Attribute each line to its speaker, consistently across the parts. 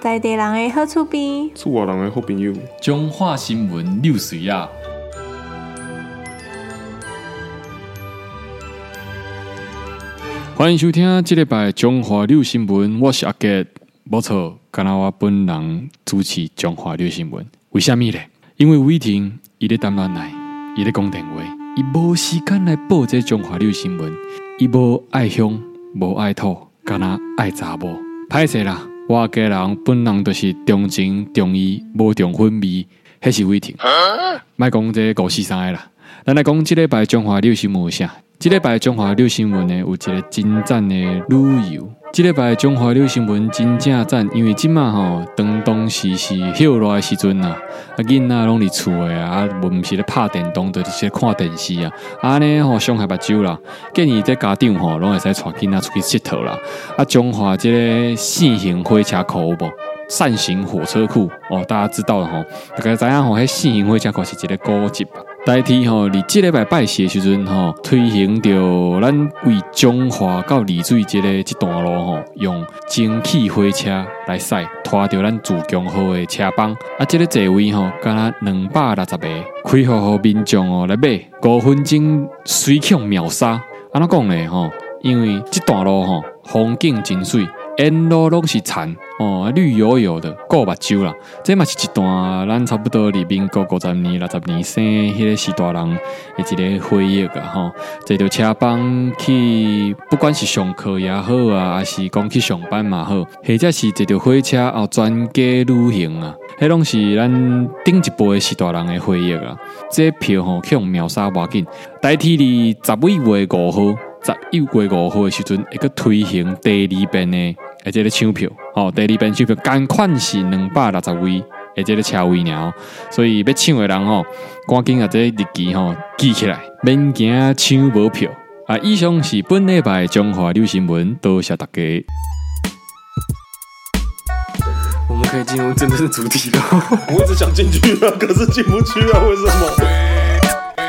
Speaker 1: 在地人的好厝边，
Speaker 2: 厝外人的好朋友，
Speaker 3: 中华新闻六水啊，
Speaker 4: 欢迎收听这礼拜的中华六新闻，我是阿杰，没错，敢若我本人主持中华六新闻，为什么呢？因为伟霆伊咧谈恋爱，伊咧讲电话，伊无时间来报这中华六新闻，伊无爱乡，无爱土，敢若爱查某，歹势啦！我阿杰人本人就是重情重义，无重婚味，迄是伟霆。卖讲这五四三的啦，咱来讲即礼拜中华六新闻有啥？即礼拜中华六新闻呢有一个真赞的旅游。即礼拜中华六新闻真正赞，因为即马吼当当时是歇落的时阵啊，啊囡仔拢伫厝的啊，啊无毋是咧拍电动，就是咧看电视啊，安尼吼伤害目睭啦。建议这家长吼拢会使带囡仔出去佚佗啦。啊，中华即个四型火车库有无？扇形火车库哦，大家知道了吼，大家知影吼，迄扇形火车库是一个古迹吧。代替吼，伫即礼拜拜四的时阵吼，推行着咱为中华到丽水即个即段路吼，用蒸汽火车来驶，拖着咱自强号的车帮，啊，即、个座位吼，敢若两百六十个，开放互民众哦来买，五分钟水抢秒杀，安怎讲呢吼？因为即段路吼风景真水，沿路拢是田哦，绿油油的，够目睭啦。这嘛是一段咱差不多伫民国五十年、六十年生迄个时代人的一个回忆啊吼。坐着车帮去，不管是上课也好啊，还是讲去上班嘛好，或者是坐着火车哦，全家旅行啊，迄拢是咱顶一辈的时代人的回忆啊。这票吼去用秒杀无要紧，代替哩十一月五号，十一月五号的时阵，会个推行第二遍的，而且个抢票，吼、第二遍抢票，共款是两百六十位，而且个车位尔哦，所以要抢的人吼、赶紧啊这个日期吼、记起来，免惊抢无票。啊，以上是本礼拜的中华流行文，多谢大家。
Speaker 2: 我们可以进入真正的主题了。
Speaker 5: 我一直想进去啊，可是进不去啊，为什么？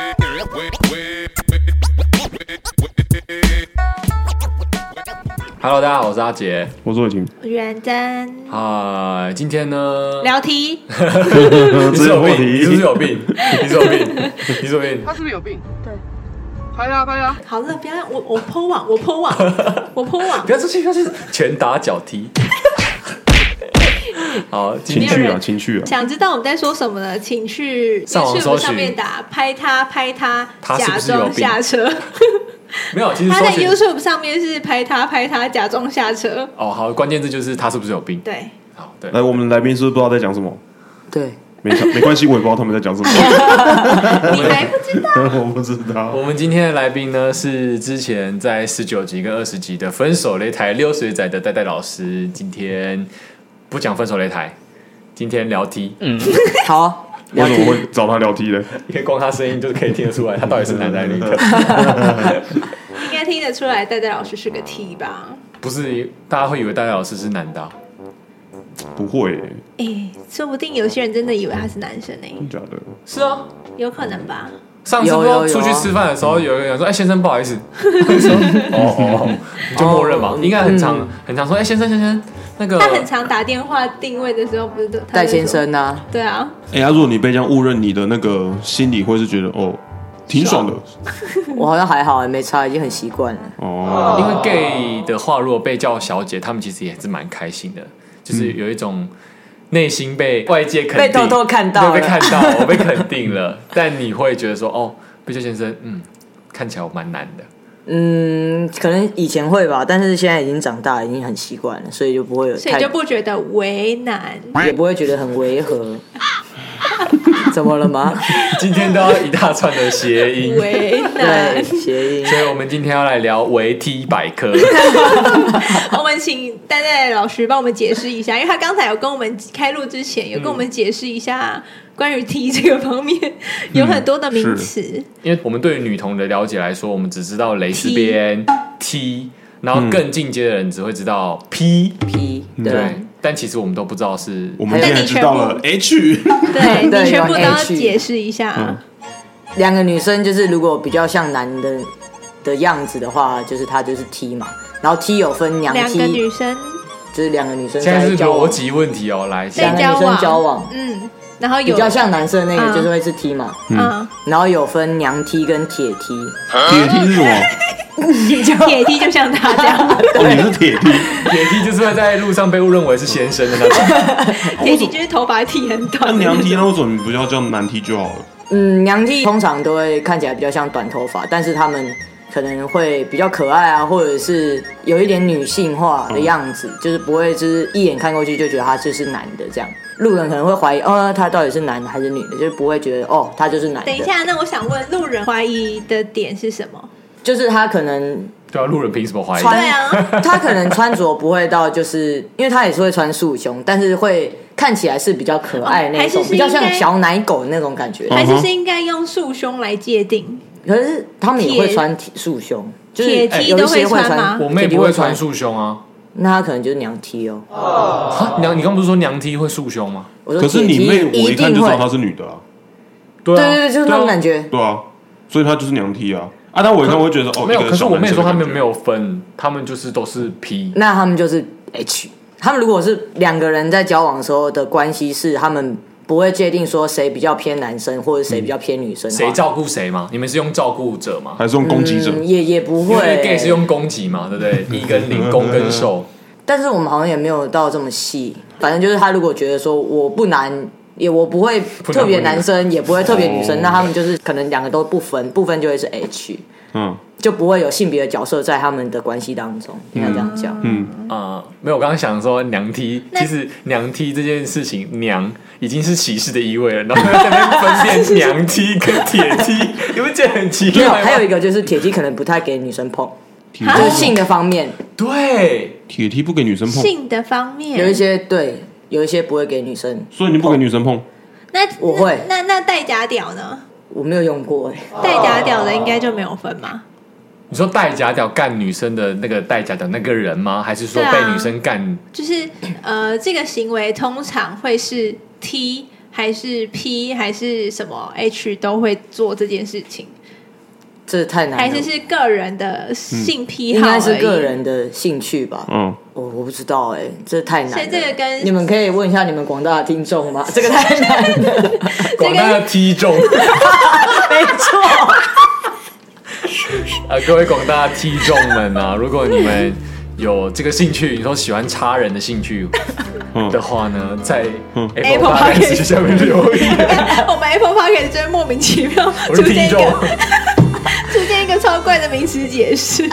Speaker 3: Hello，大家好，我是阿杰。
Speaker 2: 我说已经，
Speaker 1: 元
Speaker 3: 哦
Speaker 1: 真
Speaker 3: 嗨，今天呢，
Speaker 1: 聊题，
Speaker 3: 你
Speaker 2: 只
Speaker 3: 是有
Speaker 2: 有
Speaker 3: 病，
Speaker 2: 问
Speaker 3: 你是不是
Speaker 2: 题，
Speaker 3: 有病？你是有病，你是有病。
Speaker 6: 他是不是有病？
Speaker 1: 对，
Speaker 6: 拍呀拍呀！
Speaker 1: 好了，不要我我剖网，我剖 网，我剖网
Speaker 3: 不，要出去，不要出去，拳打脚踢。好，今
Speaker 2: 情
Speaker 3: 天
Speaker 2: 绪啊，情绪啊，
Speaker 1: 想知道我们在说什么呢？请去
Speaker 3: 上网
Speaker 1: YouTube
Speaker 3: 搜寻
Speaker 1: 上面打拍他拍他，
Speaker 3: 他是
Speaker 1: 假
Speaker 3: 不是有
Speaker 1: 装
Speaker 3: 病
Speaker 1: 下 车。
Speaker 3: 没有，其实
Speaker 1: 他
Speaker 3: 搜
Speaker 1: 在
Speaker 3: 寻
Speaker 1: YouTube 上面是拍他拍他，假装下车。
Speaker 3: 哦，好，关键字就是他是不是有病？
Speaker 1: 对，
Speaker 3: 好，对，
Speaker 2: 来，我们来宾是不是不知道在讲什么？
Speaker 6: 对，
Speaker 2: 没想没关系，我也不知道他们在讲什么，
Speaker 3: 呃
Speaker 1: 你还不知道？
Speaker 2: 我不知道。
Speaker 3: 我们今天的来宾呢是之前在十九集跟二十集的分手擂台溜水仔的戴戴老师，今天不讲分手擂台，今天聊踢，
Speaker 6: 好啊，
Speaker 2: 为
Speaker 6: 聊
Speaker 2: 什么
Speaker 6: 天
Speaker 2: 会找他聊天呢？
Speaker 3: 因为光他声音就可以听得出来他到底是男男女 的，
Speaker 1: 应该听得出来，戴戴老师是个 T 吧？
Speaker 3: 不是大家会以为戴戴老师是男的啊、
Speaker 2: 不会，真
Speaker 1: 哎、说不定有些人真的以为他是男生呢、
Speaker 2: 的假的？
Speaker 3: 是啊。
Speaker 1: 有可能吧？
Speaker 3: 上次
Speaker 6: 有
Speaker 3: 不
Speaker 6: 有
Speaker 3: 是出
Speaker 6: 有
Speaker 3: 去
Speaker 6: 啊
Speaker 3: 吃饭的时候，有一个人说：“哎，先生，不好意思。”我说：“ 哦哦，哦你就默认嘛
Speaker 6: 哦，
Speaker 3: 应该很常
Speaker 6: 嗯
Speaker 3: 很常说，哎，先生先生，那个
Speaker 1: 他很常打电话定位的时候，不是都他就
Speaker 6: 戴先
Speaker 1: 说
Speaker 6: 生啊，
Speaker 1: 对啊，
Speaker 2: 哎、呀，如果你被这样误认，你的那个心里会是觉得哦，挺爽的
Speaker 1: 嗯
Speaker 6: 我好像还好，没差，已经很习惯了。
Speaker 2: 哦，
Speaker 3: 因为 gay 的话，如果被叫小姐，他们其实也是蛮开心的，就是有一种内心被外界肯定，
Speaker 6: 被偷偷看到了
Speaker 3: 对被看到，我被肯定 了。但你会觉得说，哦，被叫先生，嗯，看起来我蛮难的。
Speaker 6: 嗯，可能以前会吧，但是现在已经长大，已经很习惯了，所以就不会有
Speaker 1: 所以
Speaker 6: 太
Speaker 1: 就，不觉得为难。
Speaker 6: 也不会觉得很违 和。怎么了吗？
Speaker 3: 今天都要一大串的 谐音，
Speaker 1: 为难
Speaker 6: 对，，谐音
Speaker 3: 所以我们今天要来聊维 T 百 科。
Speaker 1: 我们请戴戴老师帮我们解释一下，因为他刚才有跟我们开录之前有跟我们解释一下关于 T 这个方面有很多的名词，
Speaker 3: 因为我们对于女童的了解来说，我们只知道蕾丝边 T，然后更进阶的人只会知道 P，、
Speaker 6: 嗯 P，对
Speaker 3: 对，但其实我们都不知道是
Speaker 2: 我们现在知道了 H，
Speaker 1: 对
Speaker 6: 对
Speaker 1: 你全部
Speaker 6: 有
Speaker 1: 都要
Speaker 6: H
Speaker 1: 解释一下。
Speaker 6: 两个女生就是如果比较像男的的样子的话，就是她就是 T 嘛，然后 T 有分娘
Speaker 1: 两个
Speaker 6: T
Speaker 1: 女生，
Speaker 6: 就是两个女生
Speaker 4: 现在是
Speaker 6: 交
Speaker 4: 逻
Speaker 6: 往，
Speaker 4: 辑问题哦，来，
Speaker 1: 在
Speaker 6: 两个
Speaker 1: 交
Speaker 6: 女生
Speaker 1: 往
Speaker 6: 交往，
Speaker 1: 嗯，然后
Speaker 6: 比
Speaker 1: 有
Speaker 6: 较像男生那
Speaker 1: 嗯
Speaker 6: 个就是会是 T 嘛，
Speaker 1: 嗯，
Speaker 6: 然后有分娘 T 跟铁 T，
Speaker 2: 铁梯是什么？
Speaker 1: 铁梯就像他这样，
Speaker 2: 哦，你是铁梯，
Speaker 4: 铁梯就是会在路上被误认为是先生的那 种，
Speaker 1: 铁梯就是头发剃很
Speaker 2: 那
Speaker 1: 短，
Speaker 2: 娘梯那为什么不要叫男梯就好了？
Speaker 6: 嗯，娘 T 通常都会看起来比较像短头发，但是他们可能会比较可爱啊，或者是有一点女性化的样子，
Speaker 4: 嗯
Speaker 6: 就是不会就是一眼看过去就觉得他就是男的这样。路人可能会怀疑，哦，他到底是男的还是女的，就是不会觉得哦，他就是男的。
Speaker 1: 等一，下，那我想问路人怀疑的点是什么？
Speaker 6: 就是他可能
Speaker 4: 对啊，路人凭什么怀疑？
Speaker 6: 穿
Speaker 1: 对啊，
Speaker 6: 他可能穿着不会到，就是因为他也是会穿束胸，但是会看起来是比较可爱
Speaker 1: 哦还
Speaker 6: 那
Speaker 1: 是
Speaker 6: 种，
Speaker 1: 是
Speaker 6: 比较像
Speaker 1: 应该
Speaker 6: 小奶狗那种感觉。
Speaker 1: 还是是应该用束胸来界定？
Speaker 6: 可是他们也会
Speaker 1: 铁
Speaker 6: 穿束胸，就是
Speaker 1: 铁
Speaker 6: 哎
Speaker 1: 梯
Speaker 6: 有
Speaker 1: 都
Speaker 6: 一些
Speaker 1: 会
Speaker 6: 会
Speaker 1: 穿吗
Speaker 4: 我妹
Speaker 6: 铁梯
Speaker 4: 不会
Speaker 6: 会
Speaker 4: 穿，束胸啊，
Speaker 6: 那她可能就是娘梯哦。
Speaker 4: 哈娘，你刚不是说娘梯会束胸吗？
Speaker 6: 我说
Speaker 2: 可是你
Speaker 6: 铁
Speaker 2: 妹，
Speaker 6: 梯
Speaker 2: 我一看就
Speaker 6: 定
Speaker 2: 知
Speaker 6: 会
Speaker 2: 道她是女的啊，
Speaker 4: 对
Speaker 6: 对
Speaker 4: 啊，
Speaker 6: 对对，就是那种
Speaker 4: 啊
Speaker 6: 感觉。
Speaker 2: 对啊，所以她就是娘梯啊。啊，但我一看我会觉得哦，
Speaker 4: 没有，
Speaker 2: 一个
Speaker 4: 可是
Speaker 2: 小
Speaker 4: 我妹
Speaker 2: 男生
Speaker 4: 说
Speaker 2: 的
Speaker 4: 他们
Speaker 2: 感觉
Speaker 4: 没，有分，他们就是都是 P，
Speaker 6: 那他们就是 H，他们如果是两个人在交往的时候的关系是他们不会界定说谁比较偏男生或者谁比较偏女生的话，
Speaker 4: 谁照顾谁嘛？你们是用照顾者嘛？
Speaker 2: 还是用攻击者，
Speaker 6: 嗯也也不
Speaker 4: 因为 gay
Speaker 6: 会
Speaker 4: 是用供给嘛，对不对？一跟零，攻跟受，
Speaker 6: 但是我们好像也没有到这么细，反正就是他如果觉得说我不男，也我不会
Speaker 4: 不
Speaker 6: 特别
Speaker 4: 男不女
Speaker 6: 男生，也不会特别女
Speaker 2: 哦
Speaker 6: 生，那他们就是可能两个都不分，不分就会是 H，
Speaker 2: 嗯
Speaker 6: 就不会有性别的角色在他们的关系当中，应该这样讲。
Speaker 2: 嗯，
Speaker 4: 啊，没有，我刚刚想说娘梯，
Speaker 1: 那
Speaker 4: 其实娘梯这件事情，娘已经是歧视的意味了，然后在那边分辨娘梯跟铁 梯，你不觉得很奇
Speaker 6: 没有，
Speaker 4: 怪吗？
Speaker 6: 还有一个啊就是铁鸡可能不太给女生碰，
Speaker 2: 铁
Speaker 6: 就是性的方面，
Speaker 4: 对，
Speaker 2: 铁梯不给女生碰，
Speaker 1: 性的方面
Speaker 6: 嗯有一些对，有一些不会给女生，
Speaker 2: 所以你不给女生碰，
Speaker 1: 那
Speaker 6: 我会
Speaker 1: 那那那戴假屌呢？
Speaker 6: 我没有用过哎、
Speaker 1: 戴假屌的应该就没有分嘛？
Speaker 4: 你说戴假屌干女生的那个戴假屌那个人吗？还是说
Speaker 1: 对啊
Speaker 4: 被女生干？
Speaker 1: 就是呃，这个行为通常会是 T 还是 P 还是什么 H 都会做这件事情，
Speaker 6: 这太难了，
Speaker 1: 还是是个人的性癖
Speaker 6: 嗯应
Speaker 1: 好而
Speaker 6: 该
Speaker 1: 已。
Speaker 6: 是个人的兴趣吧。
Speaker 2: 嗯，
Speaker 6: 我、我不知道哎、这太难了。
Speaker 1: 所以这个跟
Speaker 6: 你们可以问一下你们广大的听众吗？ 这个太难了，
Speaker 4: 广大的踢中，
Speaker 6: 没错。
Speaker 4: 呃，各位广大的听众们啊，如果你们有这个兴趣，你说喜欢插人的兴趣
Speaker 2: 嗯
Speaker 4: 的话呢，在
Speaker 1: Apple
Speaker 4: Apple Podcast
Speaker 1: Podcast
Speaker 4: 下面留言，
Speaker 1: 我们 Apple Park 真的莫名其妙
Speaker 4: 我
Speaker 1: 出
Speaker 4: 是听
Speaker 1: 现一
Speaker 4: 众
Speaker 1: 个 出现一个超怪的名词解 释，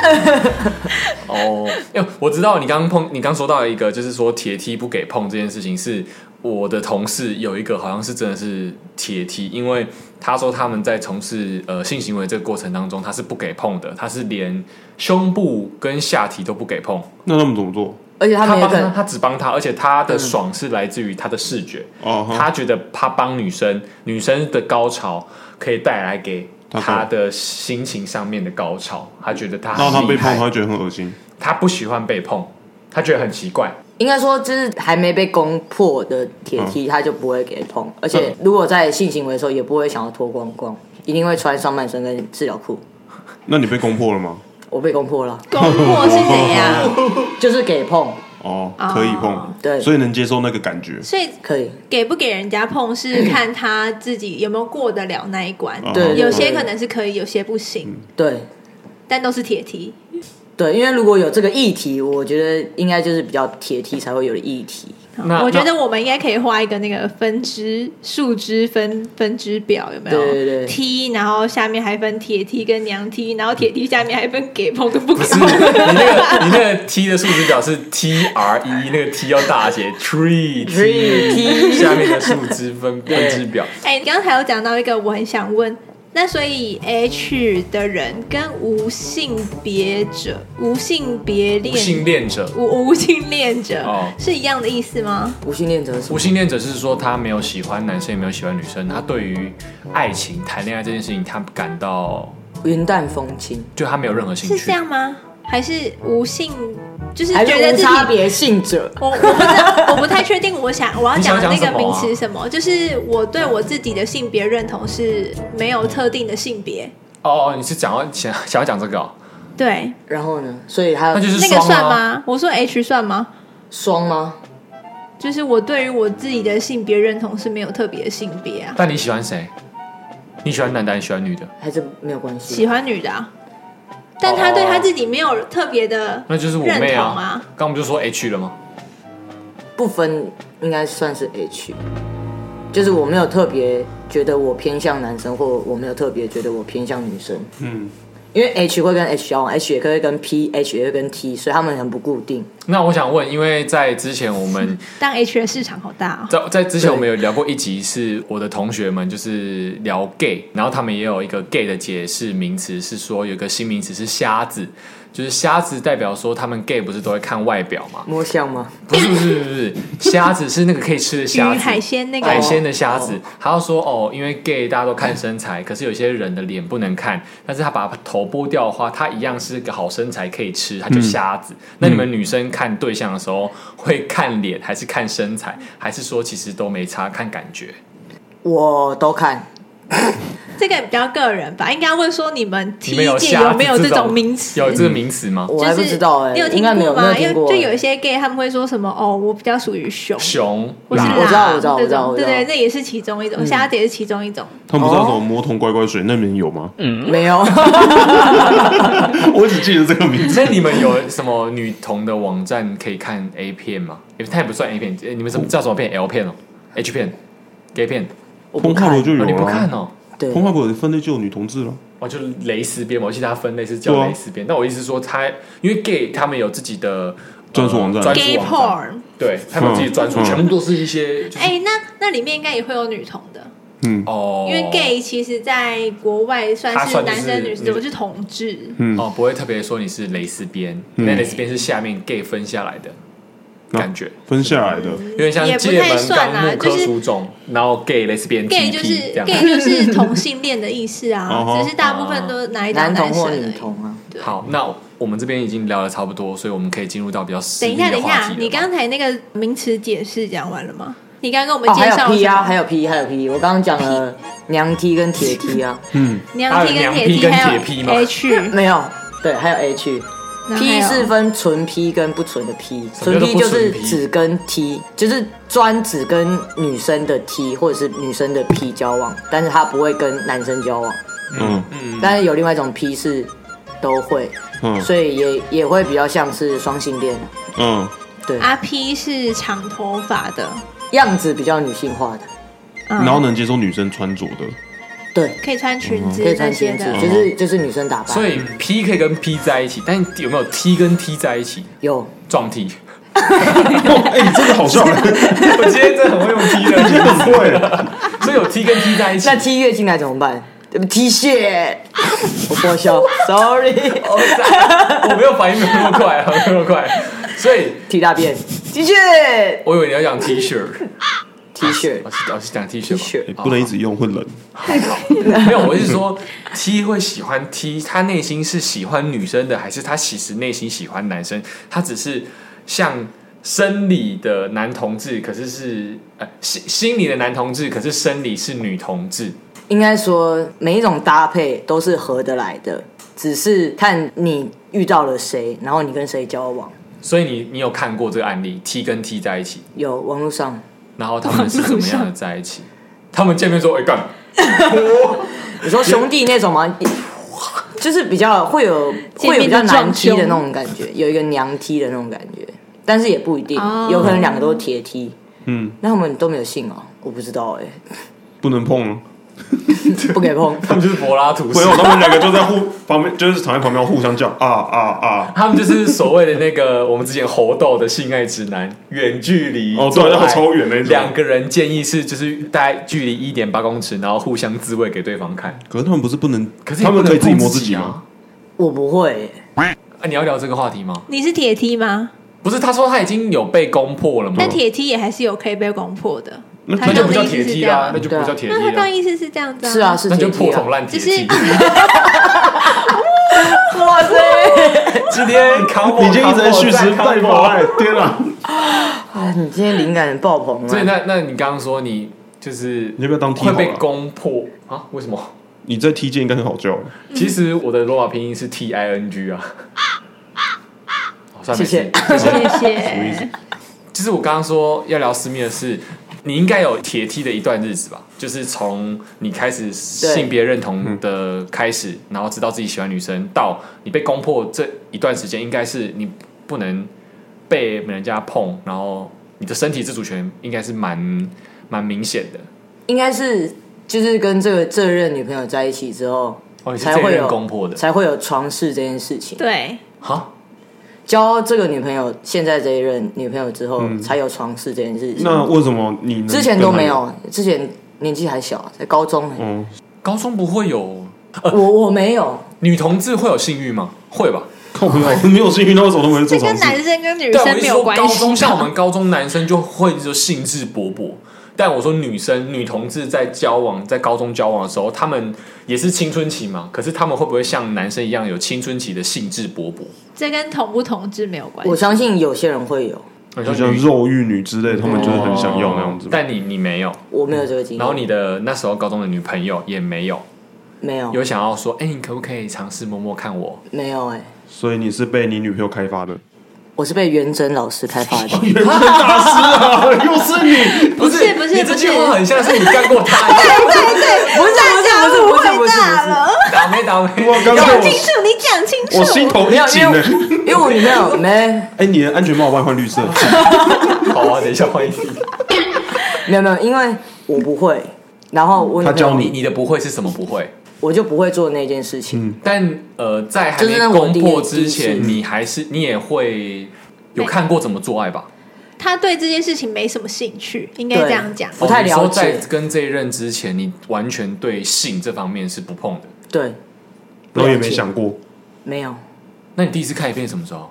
Speaker 4: 哦。因为我知道你刚刚碰，你刚说到一个，就是说铁梯不给碰这件事情，是我的同事有一个好像是真的是铁梯，因为他说他们在从事呃性行为这个过程当中，他是不给碰的，他是连胸部跟下体都不给碰。
Speaker 2: 那他们怎么做？
Speaker 6: 而且他们也
Speaker 4: 帮
Speaker 6: 可
Speaker 4: 他，
Speaker 6: 能，
Speaker 4: 他只帮他，而且他
Speaker 1: 嗯
Speaker 4: 的爽是来自于他的视觉，
Speaker 2: 哦，哈
Speaker 4: 他觉得他帮女生，女生的高潮可以带来给
Speaker 2: 他
Speaker 4: 他的心情上面的高潮，他觉得他
Speaker 2: 然后
Speaker 4: 很
Speaker 2: 他
Speaker 4: 厉
Speaker 2: 被碰，
Speaker 4: 害，
Speaker 2: 他会觉得很恶心。
Speaker 4: 他不喜欢被碰，他觉得很奇怪。
Speaker 1: 哦
Speaker 6: 应该说就是还没被攻破的铁梯，他就不会给碰。而且如果在性行为的时候，也不会想要脱光光，一定会穿上半身跟治疗裤。
Speaker 2: 那你被攻破了吗？
Speaker 6: 我被攻破了，
Speaker 1: 攻破是怎样？
Speaker 6: 就是给碰，
Speaker 2: 哦，可以碰，
Speaker 6: 对
Speaker 2: 所以能接受那个感觉。
Speaker 1: 所以
Speaker 6: 可以。
Speaker 1: 给不给人家碰是看他自己有没有过得了那一关。
Speaker 4: 嗯
Speaker 2: 哦
Speaker 6: 嗯对嗯
Speaker 1: 有些可能是可以，有些不行，
Speaker 6: 对
Speaker 1: 但都是铁梯。
Speaker 6: 对，因为如果有这个议题，我觉得应该就是比较铁梯才会有的议题。
Speaker 4: 那
Speaker 1: 我觉
Speaker 4: 那
Speaker 1: 得我们应该可以画一个那个分支树枝分分支表，有没有？
Speaker 6: 对对对
Speaker 1: T，然后下面还分铁梯跟娘梯，然后铁梯下面还分给碰跟不
Speaker 4: 不
Speaker 1: 给
Speaker 4: 是
Speaker 1: 碰
Speaker 4: 你。那个你那个 T 的数值表是 T R E，那个 T 要大写 Tree
Speaker 6: Tree
Speaker 4: T 下面的数值分分支表，
Speaker 1: 哎、你刚才有讲到一个，我很想问，那所以 H 的人跟无性别者、无性别
Speaker 4: 无性
Speaker 1: 恋、
Speaker 4: 恋者。
Speaker 1: 无无性恋者、
Speaker 4: 哦
Speaker 1: 是一样的意思吗？
Speaker 6: 无性恋者是什
Speaker 4: 无
Speaker 6: 么？
Speaker 4: 性恋者是说他没有喜欢男生，也没有喜欢女生，他对于爱情、谈恋爱这件事情，他感到
Speaker 6: 云淡风轻，
Speaker 4: 就他没有任何兴趣。
Speaker 1: 是这样吗？还是无性？就是
Speaker 6: 还
Speaker 1: 觉得
Speaker 6: 是无
Speaker 1: 自己
Speaker 6: 差别性者？
Speaker 1: 我我不知道，我不太确定，我想我要讲的那
Speaker 4: 你想讲什么啊
Speaker 1: 个名词是什么，就是我对我自己的性别认同是没有特定的性别，
Speaker 4: 哦哦，你是讲要想想要讲这个、哦，
Speaker 1: 对，
Speaker 6: 然后呢？所以他
Speaker 4: 那就是
Speaker 1: 呃那个
Speaker 4: 双
Speaker 1: 算
Speaker 4: 啊。
Speaker 1: 吗？我说 H 算吗？
Speaker 6: 双吗？
Speaker 1: 就是我对于我自己的性别认同是没有特别的性别啊，
Speaker 4: 但你喜欢谁？你喜欢男的，你喜欢女的？
Speaker 6: 还是没有关系？
Speaker 1: 喜欢女的啊，但他对他自己没有特别的
Speaker 4: 哦那就是我
Speaker 1: 认
Speaker 4: 妹
Speaker 1: 同
Speaker 4: 啊。刚不就说 H 了吗？
Speaker 6: 不分应该算是 H，就是我没有特别觉得我偏向男生，或我没有特别觉得我偏向女生。嗯，因为 H 会跟 H 交往，H 也会跟 P，H 也会跟 T，所以他们很不固定。
Speaker 4: 那我想问，因为在之前我们。
Speaker 1: 但 H 的市场好大哦
Speaker 4: 在在之前我们有聊过一集，是我的同学们就是聊 gay，然后他们也有一个 gay 的解释名词，是说有一个新名词是瞎子，就是瞎子代表说他们 gay 不是都会看外表吗？
Speaker 6: 摸象吗？
Speaker 4: 不是不是不是，不是瞎子是那个可以吃的虾
Speaker 1: 鱼
Speaker 4: 子，
Speaker 1: 海鲜那个
Speaker 4: 海鲜的虾子。他要说哦，因为 gay 大家都看身 材，可是有些人的脸不能看，但是他把头剥掉的话，他一样是个好身材可以吃，他就瞎
Speaker 1: 嗯
Speaker 4: 子。那你们女生看对象的时候，会看脸还是看身材，还是说其实都没差，看感觉？
Speaker 6: 我都看，
Speaker 1: 这个比较个人吧，应该问说你们
Speaker 4: 你
Speaker 1: 踢
Speaker 4: 们有
Speaker 1: 界
Speaker 4: 瞎
Speaker 1: 有
Speaker 4: 子
Speaker 1: 没有
Speaker 4: 这
Speaker 1: 种名词？嗯
Speaker 4: 有这个名词吗？
Speaker 6: 我
Speaker 1: 就
Speaker 6: 还
Speaker 1: 是
Speaker 6: 不知道哎、
Speaker 1: 你有
Speaker 6: 应
Speaker 1: 听
Speaker 6: 该没有
Speaker 1: 过
Speaker 6: 没有
Speaker 1: 吗？
Speaker 6: 听
Speaker 1: 因
Speaker 6: 过。欸
Speaker 1: 为就有一些 gay 他们会说什么哦，我比较属于熊，
Speaker 4: 熊
Speaker 1: 或是
Speaker 4: 狼
Speaker 6: 啊我知道
Speaker 1: 狼
Speaker 6: 我知道
Speaker 1: 这
Speaker 6: 我知道
Speaker 1: 种
Speaker 6: 我知
Speaker 1: 对
Speaker 6: 道嗯
Speaker 1: 对，那也是其中一种，虾子也是其中一种。
Speaker 2: 他们不知道什么魔童乖乖水那边有吗？
Speaker 4: 嗯
Speaker 6: 没有？
Speaker 2: 我只记得这个名字。
Speaker 4: 那你们有什么女童的网站可以看 A 片吗？也它也不算 A 片，呃你们什么叫什么片？L 片哦，H 片，gay 片，
Speaker 6: 我不
Speaker 2: 通话
Speaker 6: 看
Speaker 2: 罗。就有啊
Speaker 4: 哦你不看
Speaker 2: 了，
Speaker 4: 哦？
Speaker 6: 对，
Speaker 2: 通话罗的分类就有女同志了。
Speaker 4: 哦，就是蕾丝边嘛，我记得它分类是叫
Speaker 2: 对啊
Speaker 4: 蕾丝边。那我意思是说它，因为 gay 他们有自己的呃
Speaker 2: 专属网站
Speaker 4: 专
Speaker 1: gay
Speaker 4: 属网站，
Speaker 1: porn，
Speaker 4: 对他们有自己的专属，
Speaker 2: 嗯
Speaker 4: 全部都是一些就是
Speaker 1: 哎，那那里面应该也会有女同的，
Speaker 2: 嗯，
Speaker 4: 哦，
Speaker 1: 因为 gay 其实在国外算
Speaker 4: 他
Speaker 1: 是
Speaker 4: 算就
Speaker 1: 男
Speaker 4: 是
Speaker 1: 生女
Speaker 4: 女
Speaker 1: 生，我是同志。
Speaker 4: 哦不会特别说你是蕾丝边，
Speaker 2: 嗯
Speaker 4: 因为蕾丝边是下面 gay 分下来的感觉。
Speaker 2: 分下来的，
Speaker 4: 有点像
Speaker 1: 也不
Speaker 4: 界
Speaker 1: 太
Speaker 4: 门
Speaker 1: 算
Speaker 4: 纲
Speaker 1: 啊
Speaker 4: 目科
Speaker 1: 就是
Speaker 4: 属种，然后 gay 蕾丝边
Speaker 1: gay 就是
Speaker 4: TP 这样。
Speaker 1: gay 就是同性恋的意思
Speaker 2: 哦
Speaker 1: 啊，
Speaker 2: 吼
Speaker 1: 只是大部分都拿一当
Speaker 6: 男同
Speaker 1: 男生
Speaker 6: 或
Speaker 1: 而
Speaker 6: 女
Speaker 1: 已。
Speaker 6: 同啊？
Speaker 4: 好，那我们这边已经聊的差不多，所以我们可以进入到比较私
Speaker 1: 等
Speaker 4: 密
Speaker 1: 一下，等
Speaker 4: 的
Speaker 1: 一
Speaker 4: 话
Speaker 1: 下
Speaker 4: 题，了
Speaker 1: 你
Speaker 4: 吧
Speaker 1: 刚才那个名词解释讲完了吗？你刚刚跟我们
Speaker 6: 哦，
Speaker 1: 介
Speaker 6: 还有
Speaker 1: 绍了
Speaker 6: P
Speaker 1: 什
Speaker 6: 啊，
Speaker 1: 么
Speaker 6: 还有 P，还有 P。我刚刚讲了娘 T 跟铁 T 啊，
Speaker 1: 娘
Speaker 4: 还有
Speaker 1: 跟
Speaker 4: 娘
Speaker 1: 铁
Speaker 4: 屁跟
Speaker 1: 还
Speaker 4: 铁
Speaker 1: 有
Speaker 4: 屁吗
Speaker 1: H
Speaker 6: 没有。对，还有 H。
Speaker 1: 那还
Speaker 6: P
Speaker 1: 有
Speaker 6: 是分纯 P 跟不纯的 P，
Speaker 4: 么叫
Speaker 6: 纯
Speaker 4: 做
Speaker 6: P
Speaker 4: 不
Speaker 6: 就
Speaker 4: 纯
Speaker 6: 是
Speaker 4: P？
Speaker 6: 只跟 T，就是专只跟女生的 T 或者是女生的 P 交往，但是他不会跟男生交往。
Speaker 2: 嗯
Speaker 6: 但是有另外一种 P 是都会，
Speaker 2: 嗯
Speaker 6: 所以也也会比较像是双性恋，
Speaker 2: 嗯，
Speaker 6: 对，
Speaker 1: 阿啊 P 是长头发的，
Speaker 6: 样子比较女性化的，
Speaker 1: 嗯
Speaker 2: 然后能接受女生穿着的，
Speaker 6: 对，
Speaker 1: 可以穿裙子
Speaker 6: 嗯可以
Speaker 1: 那
Speaker 6: 穿
Speaker 1: 些
Speaker 6: 裙子
Speaker 1: 的，，
Speaker 6: 就是就是女生打扮。
Speaker 4: 所以 P 可以跟 P 在一起，但有没有 T 跟 T 在一起
Speaker 6: 有
Speaker 4: 撞 T？
Speaker 2: 哦， 哎，你真的好笑，
Speaker 4: 我今天真的很会用 T 的，真的很
Speaker 2: 会。
Speaker 4: 所以有 T 跟 T 在一起，
Speaker 6: 那 T 月进来怎么办 ？T 血，我爆笑，sorry，
Speaker 4: 哦在我没有反应没有那么快啊，没有那么快。所以
Speaker 6: T 大便，T 血
Speaker 4: 我以为你要讲 T 恤，
Speaker 6: ，T 血
Speaker 4: 我是我是讲 T 恤
Speaker 6: ，T
Speaker 4: 吧。
Speaker 6: 血，
Speaker 2: 不能一直用会冷。
Speaker 4: 没有，我是说 T 会喜欢 T，他内心是喜欢女生的，还是他其实内心喜欢男生？他只是像生理的男同志，可是是呃心心理的男同志，可是生理是女同志。
Speaker 6: 应该说每一种搭配都是合得来的，只是看你遇到了谁，然后你跟谁交往。
Speaker 4: 所以你你有看过这个案例，T 跟 T 在一起，
Speaker 6: 有网络上
Speaker 4: 然后他们是怎么样的在一起？他们见面说：“哎、干，
Speaker 6: 你说兄弟那种吗？就是比较会有
Speaker 1: 见
Speaker 6: 会有
Speaker 1: 面
Speaker 6: 比
Speaker 1: 就
Speaker 6: 较男
Speaker 1: 撞
Speaker 6: 踢
Speaker 1: 胸
Speaker 6: 的那种感觉，有一个娘踢的那种感觉，但是也不一定，
Speaker 1: 哦
Speaker 6: 有可能两个都是铁踢。
Speaker 2: 嗯，
Speaker 6: 那他们都没有性哦，我不知道哎、
Speaker 2: 不能碰啊！
Speaker 6: 不给 碰。
Speaker 4: 他们就是柏拉图式
Speaker 2: 没有，他们两个就在互旁边，就是躺在旁边互相叫啊啊啊！
Speaker 4: 他们就是所谓的那个我们之前猴斗的性爱直男，远距离
Speaker 2: 哦，对，
Speaker 4: 做
Speaker 2: 要
Speaker 4: 爱
Speaker 2: 超远那
Speaker 4: 两
Speaker 2: 种。
Speaker 4: 个人建议是，就是大概距离一点八公尺，然后互相自慰给对方看。
Speaker 2: 可是他们不是不能，
Speaker 4: 可是
Speaker 2: 他们可以自己摸
Speaker 4: 自
Speaker 2: 自己
Speaker 4: 啊
Speaker 2: 吗？？
Speaker 6: 我不会、欸，
Speaker 4: 啊，你要聊这个话题吗？
Speaker 1: 你是铁 T 吗？
Speaker 6: 嗯
Speaker 4: 不是，他说他已经有被攻破了吗？
Speaker 1: 但铁 T 也还是有可以被攻破的。
Speaker 2: 那
Speaker 1: 他
Speaker 4: 那就
Speaker 1: 刚
Speaker 4: 不
Speaker 1: 的
Speaker 4: 叫
Speaker 1: 意
Speaker 4: 铁
Speaker 1: 思是这
Speaker 4: 梯
Speaker 1: 样
Speaker 4: 啦，
Speaker 1: 啊
Speaker 4: 那，就不叫铁
Speaker 1: 那他
Speaker 4: 梯
Speaker 1: 刚
Speaker 4: 啦，
Speaker 1: 意思是这样子，
Speaker 6: 是啊，，是
Speaker 4: 那
Speaker 6: 铁
Speaker 4: 就
Speaker 6: 踢
Speaker 4: 破
Speaker 6: 啊
Speaker 4: 铜。烂铁
Speaker 1: 就是
Speaker 4: 梯。
Speaker 6: 哇塞，
Speaker 4: 今天扛我，
Speaker 2: 啊你今天一直在蓄
Speaker 4: 蓄
Speaker 2: 势待发，哎，天啊！
Speaker 6: 你今天灵感爆棚
Speaker 4: 所以
Speaker 6: 了。
Speaker 4: 那那你刚刚说你就是
Speaker 2: 你要不要当踢好
Speaker 4: 会
Speaker 2: 了
Speaker 4: 被攻破啊？为什么？
Speaker 2: 你在踢毽应该很好叫，
Speaker 4: 其实我的罗马拼音是 T I N G 啊。好算了没
Speaker 6: 谢谢
Speaker 4: 事，
Speaker 1: 谢
Speaker 6: 啊
Speaker 4: 谢谢。
Speaker 1: 谢。
Speaker 4: 其实我刚刚说要聊私密的是，你应该有铁梯的一段日子吧？就是从你开始性别认同的开始，
Speaker 6: 嗯
Speaker 4: 然后知道自己喜欢女生，到你被攻破这一段时间，应该是你不能被人家碰，然后你的身体自主权应该是蛮蛮明显的。
Speaker 6: 应该是就是跟这个这任女朋友在一起之后，
Speaker 4: 哦，你是
Speaker 6: 才
Speaker 4: 这一
Speaker 6: 会
Speaker 4: 任
Speaker 6: 有
Speaker 4: 攻破的，
Speaker 6: 才会有床事这件事情。
Speaker 1: 对，
Speaker 4: 哈？
Speaker 6: 交这个女朋友，现在这一任女朋友之后，
Speaker 4: 嗯
Speaker 6: 才有床事这件事情。
Speaker 2: 那为什么你能
Speaker 6: 之前都
Speaker 2: 跟他
Speaker 6: 没？有，之前年纪还小，在高中。
Speaker 2: 嗯，
Speaker 4: 高中不会有
Speaker 6: 我我没有，
Speaker 4: 女同志会有性欲吗？会吧？
Speaker 2: 靠朋友，没有 幸运，那为什么都没做
Speaker 1: 这
Speaker 2: 尝
Speaker 1: 跟
Speaker 2: 试？
Speaker 1: 男生跟女
Speaker 4: 对，我
Speaker 1: 生
Speaker 4: 是
Speaker 1: 没有
Speaker 4: 说
Speaker 1: 关
Speaker 4: 高
Speaker 1: 系啊 吧。
Speaker 4: 中像我们高中男生就会就兴致勃勃，但我说女生女同志在交往在高中交往的时候，他们也是青春期嘛，可是他们会不会像男生一样有青春期的兴致勃勃？
Speaker 1: 这跟同不同志没有关
Speaker 6: 我
Speaker 1: 系。
Speaker 6: 相信有些人会有，
Speaker 2: 就像肉欲女之类，他们就是很想要那样子吧。
Speaker 4: 但你你没有，
Speaker 6: 我没有这个经验。
Speaker 4: 然后你的那时候高中的女朋友也没有，
Speaker 6: 没有
Speaker 4: 有想要说，哎、你可不可以尝试摸摸看我？
Speaker 6: 没有哎、
Speaker 2: 所以你是被你女朋友开发的，
Speaker 6: 我是被元真老师开发的。
Speaker 2: 又是你？
Speaker 1: 不是不是
Speaker 4: 你这
Speaker 1: 不是
Speaker 4: 句话很像是你干过他一 样，
Speaker 6: 不是不是不是不是不是
Speaker 4: 打没打没？
Speaker 2: 我刚刚
Speaker 1: 讲
Speaker 2: 我
Speaker 1: 清楚，你讲清楚。
Speaker 2: 我心头一
Speaker 6: 没有
Speaker 2: 紧
Speaker 6: 因为
Speaker 2: 呢。
Speaker 6: 因为我女朋友没
Speaker 2: 哎，你的安全帽我帮你换绿 色。
Speaker 4: 好啊，等一下欢迎你。
Speaker 6: 没有没有，因为我不会，然后我女
Speaker 2: 他
Speaker 6: 朋
Speaker 2: 教
Speaker 6: 友
Speaker 4: 你
Speaker 2: 你，
Speaker 4: 你的不会是什么不会？
Speaker 6: 我就不会做那件事情。
Speaker 4: 但呃，在还
Speaker 6: 就
Speaker 4: 没
Speaker 6: 是那
Speaker 4: 攻
Speaker 6: 种
Speaker 4: 破
Speaker 6: DNA
Speaker 4: 之前，
Speaker 6: 意识
Speaker 4: 你还是你也会有看过怎么做爱吧？
Speaker 1: 他对这件事情没什么兴趣，应该
Speaker 6: 对
Speaker 1: 这样讲。
Speaker 6: 不太了解
Speaker 4: 哦你说在跟这一任之前，你完全对性这方面是不碰的。
Speaker 6: 对，
Speaker 2: 然后也没想过，
Speaker 6: 没有
Speaker 4: 那你第一次看影片什么时候？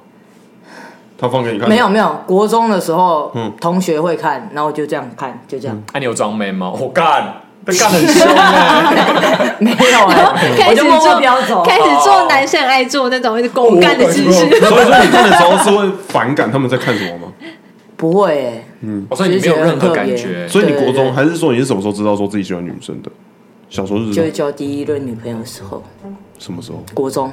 Speaker 2: 他放给你看。
Speaker 6: 没有，没有，国中的时候
Speaker 2: 嗯，
Speaker 6: 同学会看，然后我就这样看，就这样，
Speaker 4: 哎、你有装 man 吗？我干，他干得很凶哎、
Speaker 6: 没有哎，
Speaker 1: 开
Speaker 6: 我
Speaker 1: 始
Speaker 6: 就默默
Speaker 1: 做
Speaker 6: 飙走。
Speaker 1: 开始
Speaker 4: 哦
Speaker 1: 做男生爱做那种狗干的姿势。
Speaker 2: 所以说你看的时候是会反感他们在看什么吗？
Speaker 6: 不会哎，
Speaker 4: 我哦说你没有任何感觉，
Speaker 2: 所以你国
Speaker 6: 对
Speaker 2: 中
Speaker 6: 对
Speaker 2: 还是说你是什么时候知道说自己喜欢女生的？小时候
Speaker 4: 嗯
Speaker 2: 是什
Speaker 6: 就
Speaker 2: 么
Speaker 6: 是交第一任女朋友的时候，
Speaker 2: 什么时候？
Speaker 6: 国中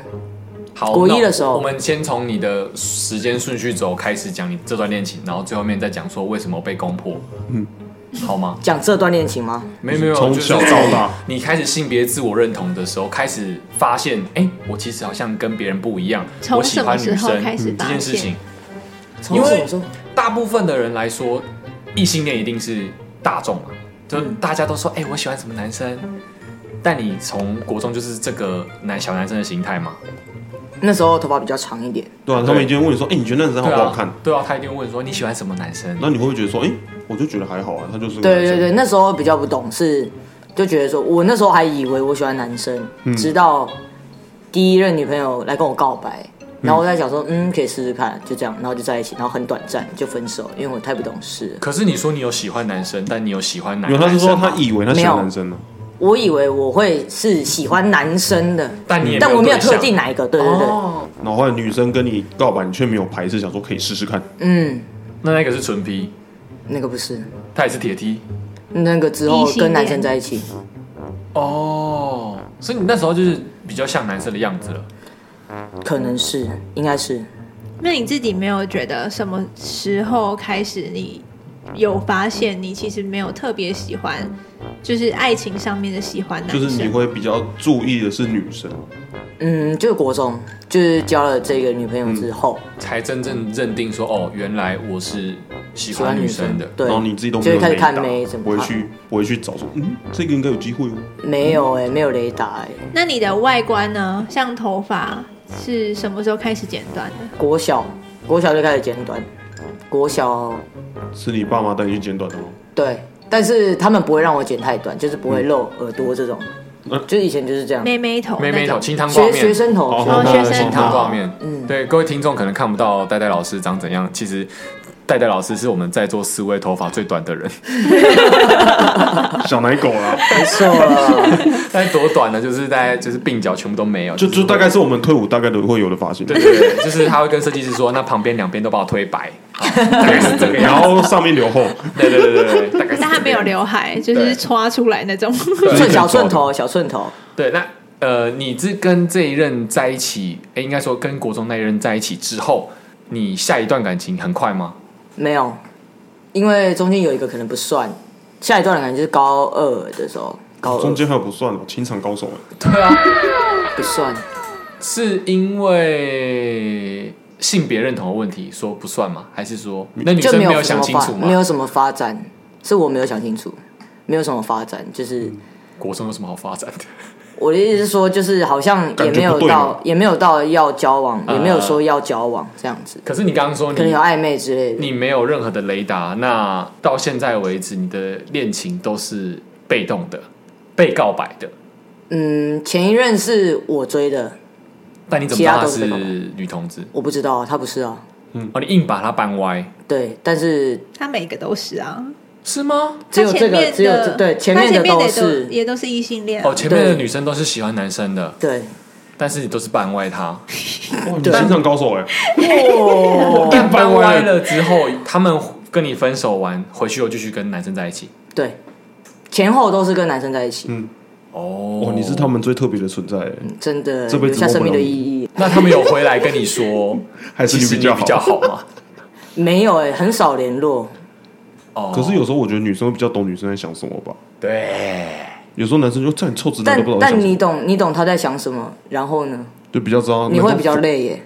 Speaker 4: 好，
Speaker 6: 国一
Speaker 4: 那
Speaker 6: 的时候
Speaker 4: 我们先从你的时间顺序轴开始讲你这段恋情，然后最后面再讲说为什么被攻破，嗯，好吗？
Speaker 6: 讲这段恋情吗？
Speaker 4: 没有没有，
Speaker 2: 从
Speaker 4: 就是
Speaker 2: 小到大，
Speaker 4: 你开始性别自我认同的时候，开始发现，哎、我其实好像跟别人不一样，
Speaker 1: 从
Speaker 4: 我喜
Speaker 1: 什么
Speaker 4: 欢女
Speaker 1: 时候
Speaker 4: 生嗯
Speaker 1: 开始
Speaker 4: 这
Speaker 1: 发
Speaker 4: 件事
Speaker 1: 现
Speaker 4: 情，？因为
Speaker 6: 我说
Speaker 4: 大部分的人来说，异性恋一定是大众嘛，就
Speaker 1: 嗯
Speaker 4: 大家都说，哎、我喜欢什么男生。但你从国中就是这个男小男生的形态嘛？
Speaker 6: 那时候头发比较长一点，
Speaker 2: 对啊，他们一定会问你说，哎，你觉得那人好
Speaker 4: 对
Speaker 2: 不好
Speaker 4: 啊
Speaker 2: 看？，
Speaker 4: 对啊，他一定会问说你喜欢什么男生？
Speaker 2: 那你会不会觉得说，哎，我就觉得还好啊，他就是个
Speaker 6: 对
Speaker 2: 男
Speaker 6: 对
Speaker 2: 生
Speaker 6: 对，那时候比较不懂事，就觉得说我那时候还以为我喜欢男生，
Speaker 4: 嗯
Speaker 6: 直到第一任女朋友来跟我告白，然后我在想说，嗯，可以试试看，就这样，然后就在一起，然后很短暂就分手，因为我太不懂事了。
Speaker 4: 可是你说你有喜欢男生，但你有喜欢男
Speaker 2: 没有，他是说
Speaker 4: 男生
Speaker 2: 他
Speaker 4: 吗
Speaker 2: 以为他喜欢男生呢。
Speaker 6: 我以为我会是喜欢男生的，
Speaker 4: 但你也
Speaker 6: 但我没有
Speaker 4: 对象
Speaker 6: 特定哪一个，对对对，
Speaker 4: 哦，
Speaker 2: 然后后来女生跟你告白，你却没有排斥，想说可以试试看。
Speaker 6: 嗯，
Speaker 4: 那那个是纯 P，
Speaker 6: 那个不是，
Speaker 4: 他也是铁梯。
Speaker 6: 那个之后
Speaker 1: 异性恋
Speaker 6: 跟男生在一起，
Speaker 4: 哦，所以你那时候就是比较像男生的样子了。
Speaker 6: 可能是，应该是，
Speaker 1: 那你自己没有觉得什么时候开始你有发现你其实没有特别喜欢，就是爱情上面的喜欢男
Speaker 2: 就
Speaker 1: 生？
Speaker 2: 是你会比较注意的是女生，
Speaker 6: 嗯，就是国中，就是交了这个女朋友
Speaker 2: 嗯
Speaker 6: 之后。
Speaker 4: 才真正认定说，哦，原来我是喜
Speaker 6: 喜欢
Speaker 4: 欢女
Speaker 6: 女
Speaker 4: 生
Speaker 6: 生
Speaker 4: 的。
Speaker 6: 对，
Speaker 2: 然后你自己都没
Speaker 6: 就
Speaker 2: 有
Speaker 6: 会开始
Speaker 2: 雷达
Speaker 6: 看妹怎，
Speaker 2: 不
Speaker 6: 么
Speaker 2: 会
Speaker 6: 看，
Speaker 2: 去不会去找说，嗯，这个应该有机会哦。
Speaker 6: 没有哎、没有雷达哎、
Speaker 1: 那你的外观呢？像头发是什么时候开始剪短 的？
Speaker 6: 国小国小就开始剪短，国小
Speaker 2: 是你爸妈带你去剪短的吗？
Speaker 6: 对，但是他们不会让我剪太短，就是不会露耳朵这种，
Speaker 2: 嗯
Speaker 6: 就是以前就是这样，
Speaker 1: 妹妹头那
Speaker 4: 妹
Speaker 1: 种，
Speaker 4: 妹头清汤挂
Speaker 6: 学学
Speaker 4: 面，
Speaker 6: 生头，
Speaker 2: 哦
Speaker 6: 学生头
Speaker 1: 哦学生
Speaker 4: 清
Speaker 1: 头
Speaker 4: 汤挂面。
Speaker 6: 嗯
Speaker 4: 对，各位听众可能看不到戴戴老师长怎样，其实戴戴老师是我们在座四位头发最短的人。
Speaker 2: 小奶狗啦，
Speaker 6: 没错啊，
Speaker 4: 但多短呢？就是大概就是鬓角全部都没有，
Speaker 2: 就就大
Speaker 4: 概。
Speaker 2: 概是我们退伍大概都会有的发型。
Speaker 4: 对对对，就是他会跟设计师说，那旁边两边都把我推 白，好大概是这个
Speaker 2: 然
Speaker 4: 样子。
Speaker 2: 后上面留后，
Speaker 4: 对对对对对，大概是这个样子
Speaker 1: 但他没有刘海，就
Speaker 4: 对
Speaker 1: 是刷出来那种。
Speaker 6: 寸小寸头，小寸头，
Speaker 4: 对，那呃，你这跟这一任在一起，哎，应该说跟国中那一任在一起之后，你下一段感情很快吗？
Speaker 6: 没有，因为中间有一个可能不算，下一段感觉就是高二的时候， 高
Speaker 2: 中
Speaker 6: 二
Speaker 2: 间还有不算哦，情场高手哎，
Speaker 4: 对啊，
Speaker 6: 不算，
Speaker 4: 是因为性别认同的问题说不算吗？还是说那女
Speaker 6: 就
Speaker 4: 生没
Speaker 6: 有
Speaker 4: 有
Speaker 6: 什
Speaker 4: 想
Speaker 6: 么
Speaker 4: 清
Speaker 6: 发
Speaker 4: 楚吗？
Speaker 6: 没有什么发展，是我没有想清楚，没有什么发展，就是
Speaker 4: 国中有什么好发展的？
Speaker 6: 我的意思是说，就是好像也没
Speaker 2: 感觉不
Speaker 6: 有
Speaker 2: 对
Speaker 6: 到
Speaker 2: 嘛，
Speaker 6: 也没有到要交往，
Speaker 4: 啊
Speaker 6: 也没有说要交往这样子，
Speaker 4: 可是你刚刚说
Speaker 6: 可能啊
Speaker 4: 你
Speaker 6: 有暧昧之类的。
Speaker 4: 你没有任何的雷达，那到现在为止你的恋情都是被动的、被告白的，
Speaker 6: 嗯，前一任是我追的，
Speaker 4: 但你怎么
Speaker 6: 其
Speaker 4: 知
Speaker 6: 他
Speaker 4: 道她
Speaker 6: 都是
Speaker 4: 是
Speaker 6: 被告白
Speaker 4: 女同志？
Speaker 6: 我不知道他不是啊，
Speaker 4: 哦，你硬把它扳歪，
Speaker 6: 对，但是
Speaker 1: 他每个都是啊，
Speaker 4: 是吗？
Speaker 6: 只有
Speaker 1: 他
Speaker 6: 这
Speaker 1: 前
Speaker 6: 个，
Speaker 1: 面
Speaker 6: 只有
Speaker 1: 的
Speaker 6: 这对前
Speaker 1: 他
Speaker 6: 面
Speaker 1: 前
Speaker 6: 的
Speaker 1: 面
Speaker 6: 都
Speaker 1: 的
Speaker 6: 是
Speaker 1: 也都是异性恋啊，
Speaker 4: 哦，前面的
Speaker 6: 对
Speaker 4: 女生都是喜欢男生的，
Speaker 6: 对，
Speaker 4: 但是你都是扳歪他。
Speaker 2: 哇，你情场高手哎，
Speaker 6: 哦，
Speaker 4: 但搬欸歪了之后，他们跟你分手完，回去又继续跟男生在一起。
Speaker 6: 对，前后都是跟男生在一起，
Speaker 4: 哦
Speaker 2: 哇，你是他们最特别的存在哎，
Speaker 4: 嗯
Speaker 6: 真的
Speaker 2: 这辈
Speaker 6: 留
Speaker 2: 子
Speaker 6: 下
Speaker 2: 都
Speaker 6: 生
Speaker 2: 不
Speaker 6: 命的
Speaker 2: 容
Speaker 6: 意
Speaker 2: 易
Speaker 6: 义
Speaker 4: 那他们有回来跟你说，
Speaker 2: 还
Speaker 4: 其
Speaker 2: 是
Speaker 4: 实
Speaker 2: 你比
Speaker 4: 你
Speaker 2: 较
Speaker 4: 比较
Speaker 2: 好。
Speaker 4: 好吗？
Speaker 6: 没有哎、很少联络，
Speaker 4: 哦，
Speaker 2: 可是有时候我觉得女生会比较懂女生在想什么吧，
Speaker 4: 对，
Speaker 2: 有时候男生就这你臭直男
Speaker 6: 但
Speaker 2: 都不知道在
Speaker 6: 但
Speaker 2: 想什
Speaker 6: 你
Speaker 2: 么，
Speaker 6: 懂你懂他在想什么，然后呢，
Speaker 2: 哦就比较知道
Speaker 6: 你会比较
Speaker 2: 男生
Speaker 6: 累耶、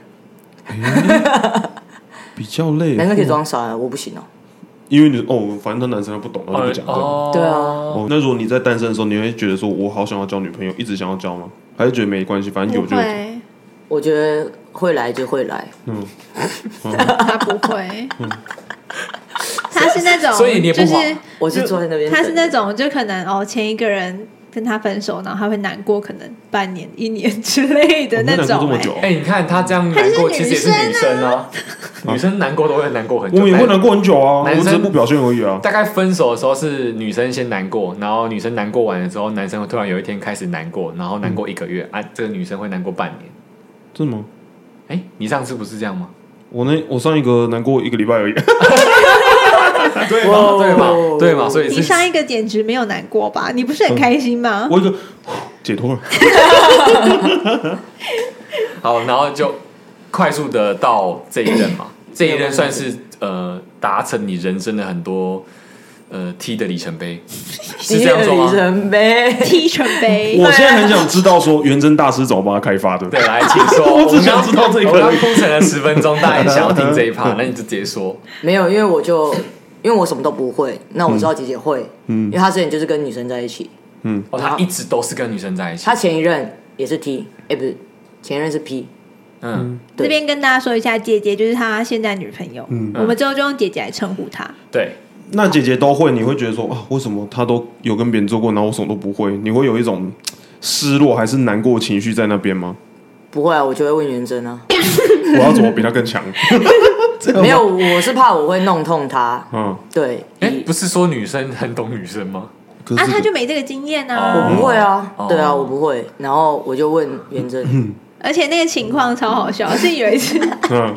Speaker 2: 比较累，
Speaker 6: 男生可以装傻，我不行哦、
Speaker 2: 因为你哦，反正他男生他不懂，他就不讲这样。
Speaker 4: 哦，
Speaker 6: 对啊，
Speaker 2: 哦，那如果你在单身的时候，你会觉得说我好想要交女朋友，一直想要交吗？还是觉得没关系，反正有
Speaker 1: 不
Speaker 2: 就有
Speaker 1: 会，
Speaker 6: 我觉得会来就会来，
Speaker 1: 他不会，他是那种，
Speaker 4: 嗯所以你也不
Speaker 1: 就是
Speaker 4: 滑
Speaker 6: 我是坐在那边等，
Speaker 1: 他是那种就可能哦，前一个人跟他分手，然后他会难过，可能半年、一年之类的
Speaker 2: 哦难过这
Speaker 1: 种、
Speaker 2: 么
Speaker 1: 哎
Speaker 2: 久，
Speaker 4: 哎，你看他这样难过，其实也是女生 啊，女生难过都会难 过很
Speaker 2: 我
Speaker 4: 久。
Speaker 2: 们也会难过很久啊，我
Speaker 4: 男
Speaker 2: 们
Speaker 4: 生
Speaker 2: 只是不表现而已啊。
Speaker 4: 大概分手的时候是女生先难过，然后女生难过完了之后，男生会突然有一天开始难过，然后难过一个月、啊，这个女生会难过半年。
Speaker 2: 真的吗？
Speaker 4: 哎，你上次不是这样吗？
Speaker 2: 我那我上一个难过一个礼拜而已，
Speaker 4: 对嘛，对嘛，对嘛，所以
Speaker 1: 哎你
Speaker 4: 是
Speaker 1: 上一个简直没有难过吧？你不是很开心吗？
Speaker 2: 我一个 呼解脱了。
Speaker 4: 好，然后就快速的到这一任嘛，这一任算是呃达成你人生的很多呃 T 的里程 碑，是这样说
Speaker 6: 女
Speaker 4: 吗？
Speaker 6: 生呗，
Speaker 1: 踢成杯，
Speaker 2: 我现在很想知道说袁真大师怎么帮他开发的。
Speaker 4: 对，来，请说。
Speaker 2: 我只想
Speaker 4: 们刚
Speaker 2: 知道这个
Speaker 4: 我们刚铺陈了十分钟，大家也想要听这一趴，那你就直接说。
Speaker 6: 没有，因为我就因为我什么都不会，那我知道姐姐会，嗯，因为她之前就是跟女生在一起，
Speaker 4: 哦，他一直都是跟女生在一起
Speaker 6: 她。前一任也是 T，哎、不是前一任是 P，
Speaker 4: 嗯，
Speaker 1: 这边跟大家说一下，姐姐就是他现在女朋友，
Speaker 2: 嗯
Speaker 1: 我们之后就用姐姐来称呼她。
Speaker 4: 对，
Speaker 2: 那姐姐都会，你会觉得说啊，为什么她都有跟别人做过，然后我什么都不会？你会有一种失落还是难过情绪在那边吗？
Speaker 6: 不会啊，我就会问元真啊，
Speaker 2: 我要怎么比她更强？
Speaker 6: 没有，我是怕我会弄痛她，
Speaker 2: 嗯，
Speaker 6: 对，
Speaker 4: 哎，不是说女生很懂女生吗？
Speaker 2: 可
Speaker 1: 啊，
Speaker 2: 是
Speaker 1: 他就没这个经验啊，
Speaker 6: 我不会啊，
Speaker 4: 哦
Speaker 6: 对啊，我不会，然后我就问元真，
Speaker 1: 而且那个情况超好笑，是有一次
Speaker 2: 嗯，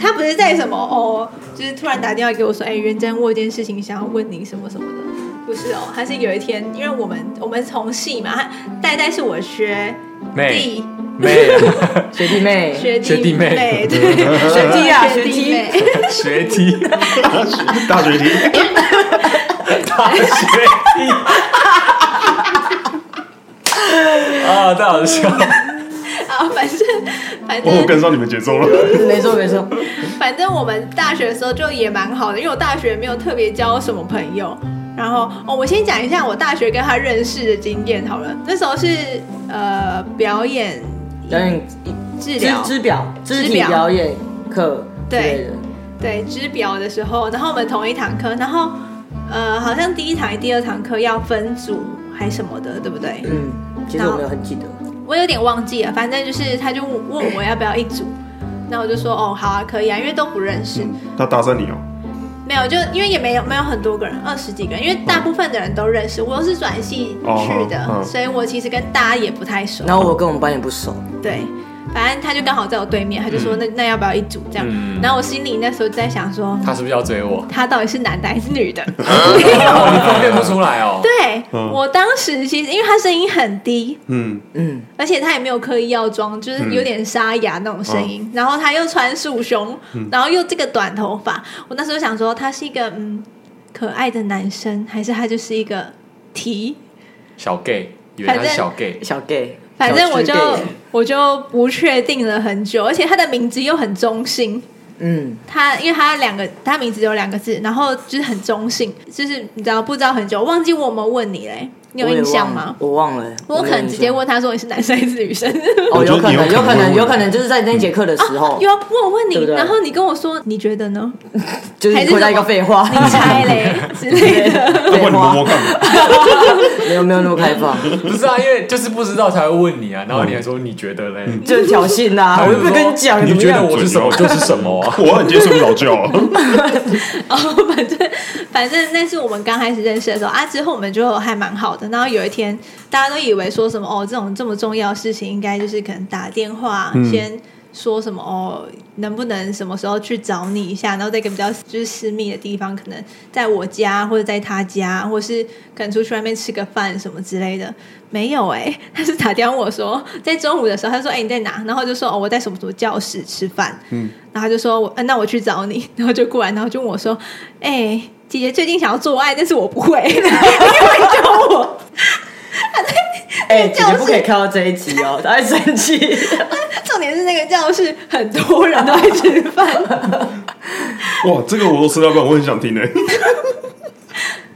Speaker 1: 他不是在什么哦，就是突然打电话给我说，哎、元真，我有件事情想要问你什么什么的，不是哦，他是有一天，因为我们我们同系嘛，他戴戴是我学
Speaker 4: 妹
Speaker 1: 弟
Speaker 4: 妹
Speaker 6: 学弟 妹，
Speaker 1: 学弟
Speaker 4: 学弟妹
Speaker 1: 对，学
Speaker 6: 弟啊学弟
Speaker 1: 弟妹，
Speaker 4: 学弟，
Speaker 2: 大学弟。
Speaker 4: 大学弟。 啊，太好笑！
Speaker 1: 啊，反正反
Speaker 2: 我有
Speaker 1: 正
Speaker 2: 跟上你们节奏了。
Speaker 6: 没错没错，
Speaker 1: 反正我们大学的时候就也蛮好的，因为我大学没有特别交什么朋友。然后哦，我先讲一下我大学跟他认识的经验好了。那时候是呃表演
Speaker 6: 表演
Speaker 1: 治
Speaker 6: 知
Speaker 1: 疗，
Speaker 6: 知表肢体
Speaker 1: 表
Speaker 6: 表演课之
Speaker 1: 对
Speaker 6: 类的，
Speaker 1: 对知表的时候，然后我们同一堂课，然后呃好像第一堂、第二堂课要分组还什么的，对不对？
Speaker 6: 嗯，其实我没有很记得，
Speaker 1: 我有点忘记了，反正就是他就问我要不要一组，那我就说哦好啊，可以啊，因为都不认识。
Speaker 2: 他搭讪你哦，
Speaker 1: 没有，就因为也没有没有很多个人，二十几个人，因为大部分的人都认识。我又是转系去的，
Speaker 2: 哦嗯
Speaker 1: 所以我其实跟大家也不太熟。
Speaker 6: 然后我跟我们班也不熟，
Speaker 1: 对，反正他就刚好在我对面，他就
Speaker 2: 嗯
Speaker 1: 说那、那要不要一组这样？然后我心里那时候就在想说，
Speaker 4: 他是不是要追我？
Speaker 1: 他到底是男的还是女 的？
Speaker 4: 哦，你分辨不出来哦。
Speaker 1: 对、
Speaker 2: 嗯
Speaker 1: 我当时其实因为他声音很低，
Speaker 2: 嗯，
Speaker 6: 嗯，
Speaker 1: 而且他也没有刻意要装，就是有点沙哑那种声音。然后他又穿束胸，然后又这个短头发，我那时候想说他是一个嗯可爱的男生，还是他就是一个题？
Speaker 4: 小 gay，以为他是小 gay，
Speaker 6: 小 gay，
Speaker 1: 反正我就
Speaker 6: 小巨 gay
Speaker 1: 我就不确定了很久，而且他的名字又很中性。
Speaker 6: 嗯，
Speaker 1: 他因为他两个，他名字有两个字，然后就是很中性，就是你知道不知道很久，忘记我有没有问你嘞，你有
Speaker 6: 我也
Speaker 1: 印象
Speaker 6: 忘了
Speaker 1: 吗？
Speaker 6: 我忘了，
Speaker 1: 我可能直接
Speaker 6: 我
Speaker 1: 问他说你是男生还是女生，
Speaker 2: 我
Speaker 6: 没
Speaker 2: 觉
Speaker 6: 有
Speaker 2: 得
Speaker 6: 印象，哦，有可能，
Speaker 2: 你有可能
Speaker 6: 有可能，
Speaker 2: 会
Speaker 6: 有可能就是在那节课的 时 候，
Speaker 1: 有啊我问你
Speaker 6: 对不对
Speaker 1: 然后你跟我说你觉得呢？
Speaker 6: 就是
Speaker 1: 还是
Speaker 6: 回答一个废话，
Speaker 1: 你 猜嘞 之类的。
Speaker 2: 要不
Speaker 6: 废
Speaker 2: 然你摸
Speaker 6: 话
Speaker 2: 摸，看，
Speaker 6: 没有没有那么开 放，
Speaker 4: 不是啊，因为就是不知道才会问你啊，然后你还说你觉得嘞？
Speaker 6: 就是挑衅呐、
Speaker 4: 他
Speaker 6: 嗯我
Speaker 4: 就
Speaker 6: 又不是
Speaker 4: 说
Speaker 6: 跟你讲，
Speaker 4: 你
Speaker 6: 怎么
Speaker 4: 觉得
Speaker 6: 样？
Speaker 4: 我是什么就是什么啊？
Speaker 2: 我很接受不了觉啊。
Speaker 1: 哦，反正反正那是我们刚开始认识的时候啊，之后我们就还蛮好的。然后有一天，大家都以为说什么哦，这种这么重要的事情，应该就是可能打电话、
Speaker 6: 嗯
Speaker 1: 先说什么哦，能不能什么时候去找你一下，然后在一个比较就是私密的地方，可能在我家或者在他家，或是可能出去外面吃个饭什么之类的。没有哎、他是打电话问我说，在中午的时候，他说：“哎、你在哪？”然后我就说：“哦，我在什么什么教室吃饭。”嗯，然后他就说：“我、呃那我去找你。”然后就过来，然后就问我说：“哎、姐姐最近想要做爱，但是我不会， 你会教我？”
Speaker 6: 哎、姐姐不可以看到这一集哦，她会生气。
Speaker 1: 重点是那个教室很多人都在吃饭，
Speaker 2: 哇，这个我都吃到饭，我很想听诶、欸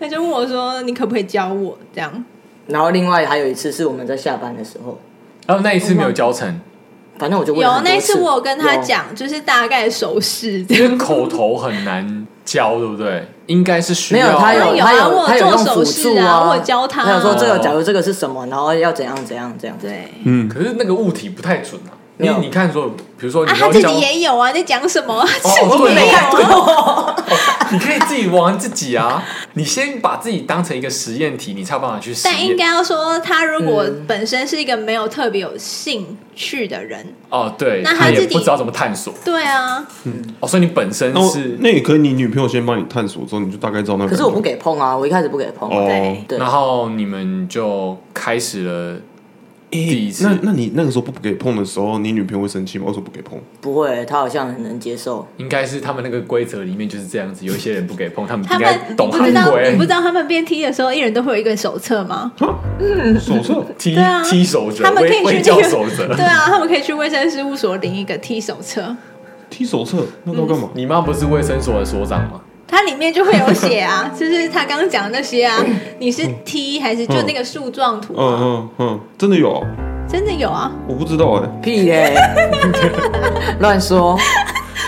Speaker 1: 他就问我说：“你可不可以教我？”这样，
Speaker 6: 然后另外还有一次是我们在下班的时候，
Speaker 4: 然后那一次没有教 成，
Speaker 6: 反正我就问了
Speaker 1: 有
Speaker 6: 很多
Speaker 1: 那次
Speaker 6: 次
Speaker 1: 我有跟他
Speaker 6: 有
Speaker 1: 讲，就是大概手势这
Speaker 4: 因
Speaker 1: 样。
Speaker 4: 为口头很难教，对不对？应该是需
Speaker 6: 没有，
Speaker 4: 要
Speaker 6: 他
Speaker 1: 有
Speaker 6: 他
Speaker 1: 啊我
Speaker 6: 有
Speaker 1: 有
Speaker 6: 他
Speaker 1: 做
Speaker 6: 用
Speaker 1: 手
Speaker 6: 辅
Speaker 1: 势
Speaker 6: 助
Speaker 1: 啊
Speaker 6: 啊，
Speaker 1: 我有教他
Speaker 6: 他有说这
Speaker 4: 哦
Speaker 6: 个，假如这个是什么，然后要怎样怎样怎样。
Speaker 1: 对
Speaker 2: 嗯，
Speaker 4: 可是那个物体不太准啊。
Speaker 6: 没
Speaker 4: 因
Speaker 6: 有
Speaker 4: 为你看说，比如说你
Speaker 1: 啊，他
Speaker 4: 要
Speaker 1: 自
Speaker 4: 教，
Speaker 1: 己也有啊，在讲什么？ 他自
Speaker 4: 哦
Speaker 1: 己
Speaker 4: 对
Speaker 1: 没有
Speaker 4: 哦对
Speaker 1: 啊。
Speaker 4: 哦你可以自己玩自己啊。 你先把自己当成一个实验体，你才有办法去实
Speaker 1: 但应
Speaker 4: 验。
Speaker 1: 该要说，他如果本身是一个没有特别有兴趣的人，
Speaker 4: 哦，对，
Speaker 1: 那他
Speaker 4: 他也
Speaker 1: 自己
Speaker 4: 不知道怎么探索。
Speaker 1: 对啊，
Speaker 4: 哦，所以你本 身
Speaker 2: 那我
Speaker 4: 是，
Speaker 2: 那也可以，你女朋友先帮你探索之后，你就大概知道那个。
Speaker 6: 可是我不，给碰啊，我一开始不给碰。
Speaker 2: 哦
Speaker 1: 对
Speaker 6: 对
Speaker 4: 然后你们就开始了第一次
Speaker 2: 那那你那个时候不给碰的时候，你女朋友会生气吗？为什么不给碰？
Speaker 6: 不会，他好像很能接受。
Speaker 4: 应该是他们那个规则里面就是这样子，有一些人不给碰，他们
Speaker 1: 他
Speaker 4: 应
Speaker 1: 们
Speaker 4: 该
Speaker 1: 你
Speaker 4: 懂哎
Speaker 1: 不知道
Speaker 4: 行
Speaker 1: 你
Speaker 4: 规
Speaker 1: 不知，道他们变 T 的时候，一人都会有一个手册吗？
Speaker 2: 手册
Speaker 4: 踢
Speaker 1: 对啊
Speaker 4: 踢手者，
Speaker 1: 他们可
Speaker 4: 微
Speaker 1: 以去
Speaker 4: 微
Speaker 1: 那
Speaker 4: 教
Speaker 1: 个
Speaker 4: 手者。
Speaker 1: 对啊，他们可以去卫生事务所领一个 T 手册，
Speaker 2: 踢手册，那都干嘛？
Speaker 4: 你妈不是卫生所的所长吗？
Speaker 1: 它里面就会有 写啊，就是他刚刚讲的那些啊，
Speaker 4: 嗯
Speaker 1: 你是 T 还是就那个树状图
Speaker 2: 嗯
Speaker 1: 啊？
Speaker 2: 嗯嗯，真的有啊、
Speaker 1: 真的有啊，
Speaker 2: 我不知道哎、
Speaker 6: 屁嘞、 乱说！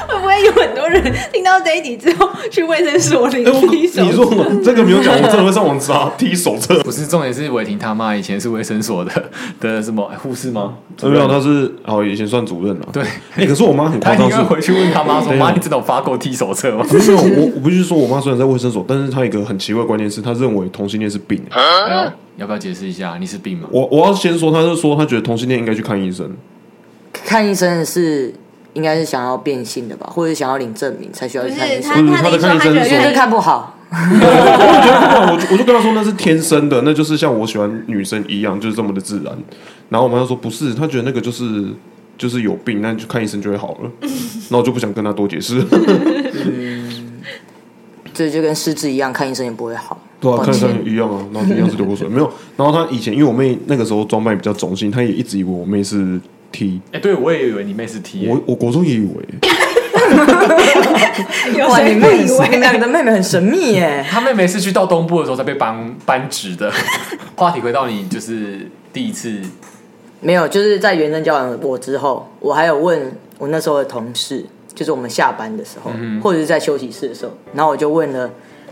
Speaker 1: 会不会有很多人听到这一集之后去卫生所领
Speaker 2: 哎、我
Speaker 1: T 手
Speaker 2: 你
Speaker 1: 册？
Speaker 2: 说我这个没有讲，我真的会上网查踢手册。
Speaker 4: 不是，重点是伟霆他妈以前是卫生所 的的什么哎护士吗？
Speaker 2: 没有，他是哦，以前算主任了。
Speaker 4: 对，
Speaker 2: 哎、可是我妈很
Speaker 4: 他
Speaker 2: 夸张，
Speaker 4: 应
Speaker 2: 是
Speaker 4: 该回去问他妈说：“
Speaker 2: 对啊
Speaker 4: 妈，你真的有发过踢手 册吗
Speaker 2: 没有，我我必须说，我妈虽然在卫生所，但是她有一个很奇怪的观念是，她认为同性恋是病。？”
Speaker 4: 哎呦要不要解释一下？你是病吗？
Speaker 2: 我我要先说，她是说她觉得同性恋应该去看医生。
Speaker 6: 看医生是应该是想要变性的吧，或者想要领证明才需要
Speaker 1: 不
Speaker 6: 去看
Speaker 1: 是
Speaker 6: 医生，
Speaker 1: 他，他的意思说他觉得
Speaker 6: 就是
Speaker 1: 愿意
Speaker 6: 看不好。
Speaker 2: 我觉得不管，我就我就跟她说那是天生的，那就是像我喜欢女生一样，就是这么的自然。然后我妈就说不是，她觉得那个就是就是有病，那你去看医生就会好 了。那我就不想跟她多解释。
Speaker 6: 这就跟失智一样，看医生也不会好。
Speaker 2: 对 啊，
Speaker 6: 抱
Speaker 2: 看上
Speaker 6: 歉
Speaker 2: 去一样啊，然后就一样是流口水。没有，然后她以前因为我妹那个时候装扮比较中性，她也一直以为我妹是 T，
Speaker 4: 哎，对我也以为你妹是 T 耶
Speaker 2: 我我国中也以为。
Speaker 1: 有
Speaker 6: 哇，你
Speaker 1: 谁不
Speaker 6: 妹
Speaker 1: 以为
Speaker 6: 很，你们两个妹妹很神秘耶。
Speaker 4: 他妹妹是去到东部的时候才被搬搬职的。 话题回到你，就是第一次
Speaker 6: 没有，就是在元真交完我之后，我还有问我那时候的同事，就是我们下班的时候，
Speaker 2: 嗯
Speaker 6: 或者是在休息室的时候，然后我就问了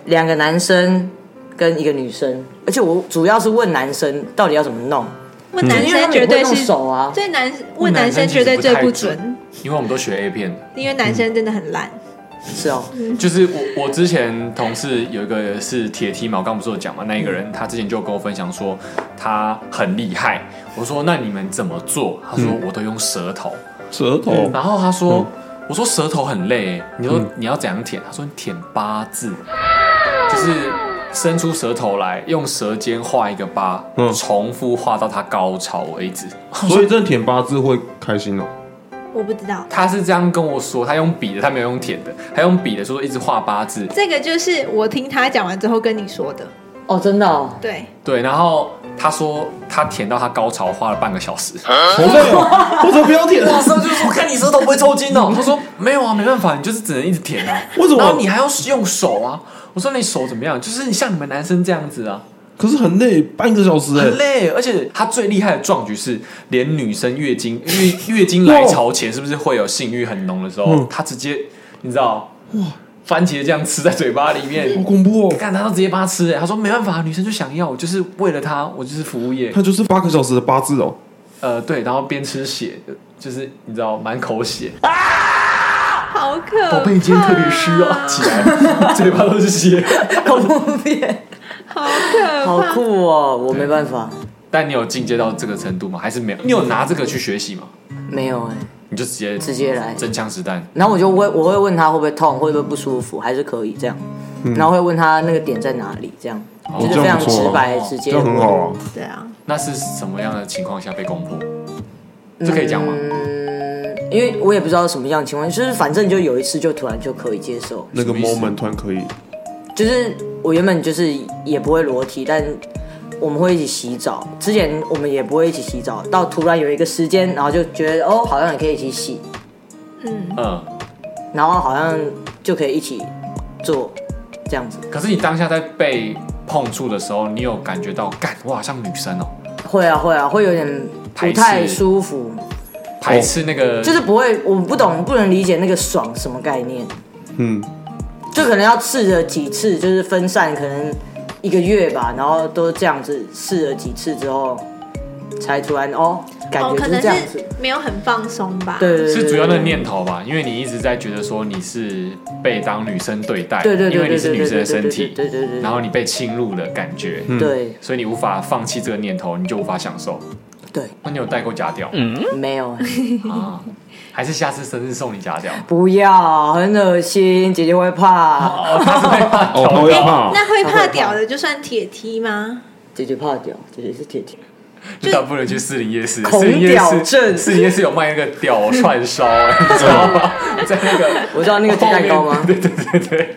Speaker 6: 两个男生跟一个女生，而且我主要是问男生到底要怎么弄，
Speaker 1: 问男
Speaker 6: 因为他
Speaker 1: 生
Speaker 6: 们也
Speaker 1: 绝
Speaker 6: 不会
Speaker 1: 对
Speaker 6: 弄
Speaker 1: 是
Speaker 6: 手啊，
Speaker 1: 最男问男生绝对最不准，，
Speaker 4: 因为我们都学 A 片的。
Speaker 1: 因为男生真的很懒。
Speaker 6: 是哦，
Speaker 4: 就是我我之前同事有一个是铁梯嘛，我刚刚不是有讲嘛，那一个人他之前就跟我分享说他很厉害，我说那你们怎么做？他说我都用舌头，
Speaker 2: 舌头，
Speaker 4: 然后他说。我说舌头很累欸，你说你要怎样舔？他说你舔八字，就是伸出舌头来，用舌尖画一个八，
Speaker 2: 嗯
Speaker 4: 重复画到它高潮为止。
Speaker 2: 所以真的舔八字会开心哦。
Speaker 1: 我不知道。
Speaker 4: 他是这样跟我说，他用笔的，他没有用舔的，他用笔的说一直画八字，
Speaker 1: 这个就是我听他讲完之后跟你说的，
Speaker 6: 哦，真 的哦，
Speaker 1: 对，
Speaker 4: 对，然后他说他舔到他高潮花了半个 小时，
Speaker 2: 好累 哦，我怎么不 要舔？
Speaker 4: 我时候就说看你舌头不会抽筋 哦，他说没有啊，没办法，你就是只能一直舔啊，
Speaker 2: 为什么
Speaker 4: 然后你还要用手啊，我说你手怎么样？就是你像你们男生这样子啊，
Speaker 2: 可是很累，半个小时哎
Speaker 4: 很，累，而且他最厉害的壮举是，连女生月经月月经来潮前是不是会有性欲很浓的时候
Speaker 2: 嗯，
Speaker 4: 他直接你知道哇，番茄酱吃在嘴巴里
Speaker 2: 好
Speaker 4: 面。
Speaker 2: 恐怖哦。
Speaker 4: 干，他都直接帮他吃哎，他说没办法，女生就想要，我就是为了她，我就是服务业。
Speaker 2: 他就是八个小时的八字哦，
Speaker 4: 呃，对，然后边吃血，就是你知道，满口血，
Speaker 1: 好可怕。
Speaker 4: 宝贝今天特别虚啊，起来，嘴巴都是血。
Speaker 6: 恐怖片，
Speaker 1: 好可
Speaker 6: 好
Speaker 1: 怕。
Speaker 6: 酷哦，我没办法，
Speaker 4: 但你有进阶到这个程度吗？还是没 有？你有拿这个去学习吗？
Speaker 6: 没有哎，
Speaker 4: 你就直接
Speaker 6: 直接来。
Speaker 4: 真枪实弹，
Speaker 6: 然后我就会我会问他会不会痛，会不会不舒服，还是可以这样。
Speaker 2: 嗯
Speaker 6: 然后会问他那个点在哪里，这样就是
Speaker 2: 这
Speaker 6: 非
Speaker 2: 样
Speaker 6: 常
Speaker 2: 不错啊
Speaker 6: 直白直接
Speaker 2: 这
Speaker 6: 的
Speaker 2: 样
Speaker 6: 问。
Speaker 2: 很好啊。
Speaker 1: 对啊，
Speaker 4: 那是什么样的情况下被攻破？这可以讲吗？
Speaker 6: 嗯，因为我也不知道什么样的情况，就是反正就有一次就突然就可以接受，
Speaker 2: 那个
Speaker 4: 什么意思
Speaker 2: moment 突然可以，
Speaker 6: 就是我原本就是也不会裸体，但我们会一起洗澡。之前我们也不会一起洗澡，到突然有一个时间，然后就觉得哦，好像也可以一起洗，
Speaker 1: 嗯，
Speaker 4: 嗯，
Speaker 6: 然后好像就可以一起做这样子。
Speaker 4: 可是你当下在被碰触的时候，你有感觉到，干，我好像女生哦，
Speaker 6: 会啊会啊，会有点不太
Speaker 4: 排斥
Speaker 6: 舒服，
Speaker 4: 排斥那个，
Speaker 6: 就是不会，我不懂，不能理解那个爽什么概念。
Speaker 2: 嗯，
Speaker 6: 就可能要试了几次，就是分散可能一个月吧，然后都这样子试了几次之后，才突然哦，感
Speaker 1: 哦，
Speaker 6: 觉
Speaker 1: 可
Speaker 6: 是
Speaker 1: 能
Speaker 6: 这样子。
Speaker 1: 是没有很放松吧。
Speaker 6: 对对对，
Speaker 4: 是主要那
Speaker 6: 的
Speaker 4: 个念头吧，因为你一直在觉得说你是被当女生对待，
Speaker 6: 对对对
Speaker 4: 因为你是女生的身体，
Speaker 6: 对对对对对对对
Speaker 4: 然后你被侵入的感觉，
Speaker 2: 嗯
Speaker 6: 对
Speaker 4: 所以你无法放弃这个念头，你就无法享受。
Speaker 6: 对，
Speaker 4: 那你有戴过假屌、
Speaker 6: 没有，
Speaker 2: 嗯
Speaker 4: 啊？还是下次生日送你假 屌？
Speaker 6: 不要，很恶心，姐姐会怕，
Speaker 4: 哦，他是被怕
Speaker 2: 哦，他
Speaker 4: 屌
Speaker 2: 会
Speaker 4: 的，
Speaker 2: 怕，
Speaker 1: 那会怕屌的就算铁梯吗？
Speaker 6: 姐姐怕屌，姐姐是铁铁，
Speaker 4: 就倒不如去士林夜市，
Speaker 6: 恐
Speaker 4: 士林夜
Speaker 6: 屌
Speaker 4: 市，
Speaker 6: 症
Speaker 4: 士林夜市有卖那个屌串烧， 哎你知道吗？在那个
Speaker 6: 我知道那个鸡蛋糕吗
Speaker 4: 后 面对对对对。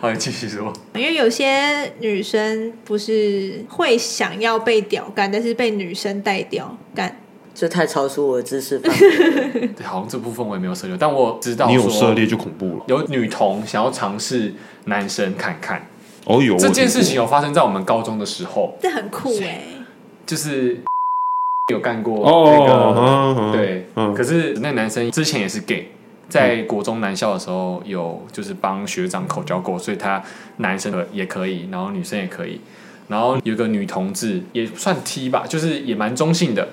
Speaker 4: 好，你继续说。
Speaker 1: 因为有些女生不是会想要被屌干，但是被女生带屌干。
Speaker 6: 这太超出我的知识范围。
Speaker 4: 对，好像这部分我也没有涉猎，但我知道
Speaker 2: 你有
Speaker 4: 说
Speaker 2: 涉猎就恐怖了。
Speaker 4: 有女童想要尝试男生看看
Speaker 2: 哦，有
Speaker 4: 这件事情，
Speaker 2: 哦，
Speaker 4: 有发生在我们高中的时候，
Speaker 1: 这很酷哎、
Speaker 4: 就是 有干过那个，
Speaker 2: 哦，嗯嗯
Speaker 4: 对，
Speaker 2: 嗯
Speaker 4: 可是那男生之前也是 gay，在国中男校的时候有就是帮学长口交过，所以他男生也可以，然后女生也可以，然后有一个女同志也算 T 吧，就是也蛮中性的。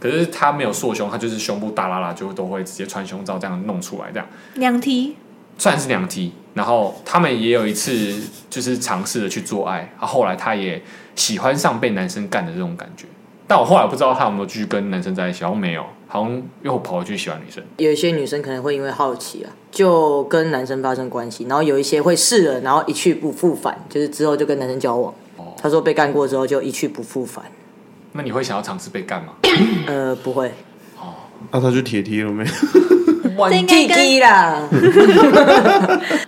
Speaker 4: 可是她没有塑胸，她就是胸部大拉拉，就都会直接穿胸罩这样弄出来，这样
Speaker 1: 两梯
Speaker 4: 算是两梯。然后他们也有一次就是尝试着去做爱，啊，后来他也喜欢上被男生干的这种感觉。但我后来不知道他有没有继续跟男生在一起，好像没有，好像又跑回去喜欢女生。
Speaker 6: 有一些女生可能会因为好奇啊，就跟男生发生关系，然后有一些会试了，然后一去不复返，就是之后就跟男生交往。他说被干过之后就一去不复返，
Speaker 4: 那你会想要尝试被干吗？
Speaker 6: 呃，不会，
Speaker 2: 那啊他就铁梯了没？
Speaker 1: 这应该
Speaker 6: 鸡
Speaker 1: 跟
Speaker 6: 鸡啦，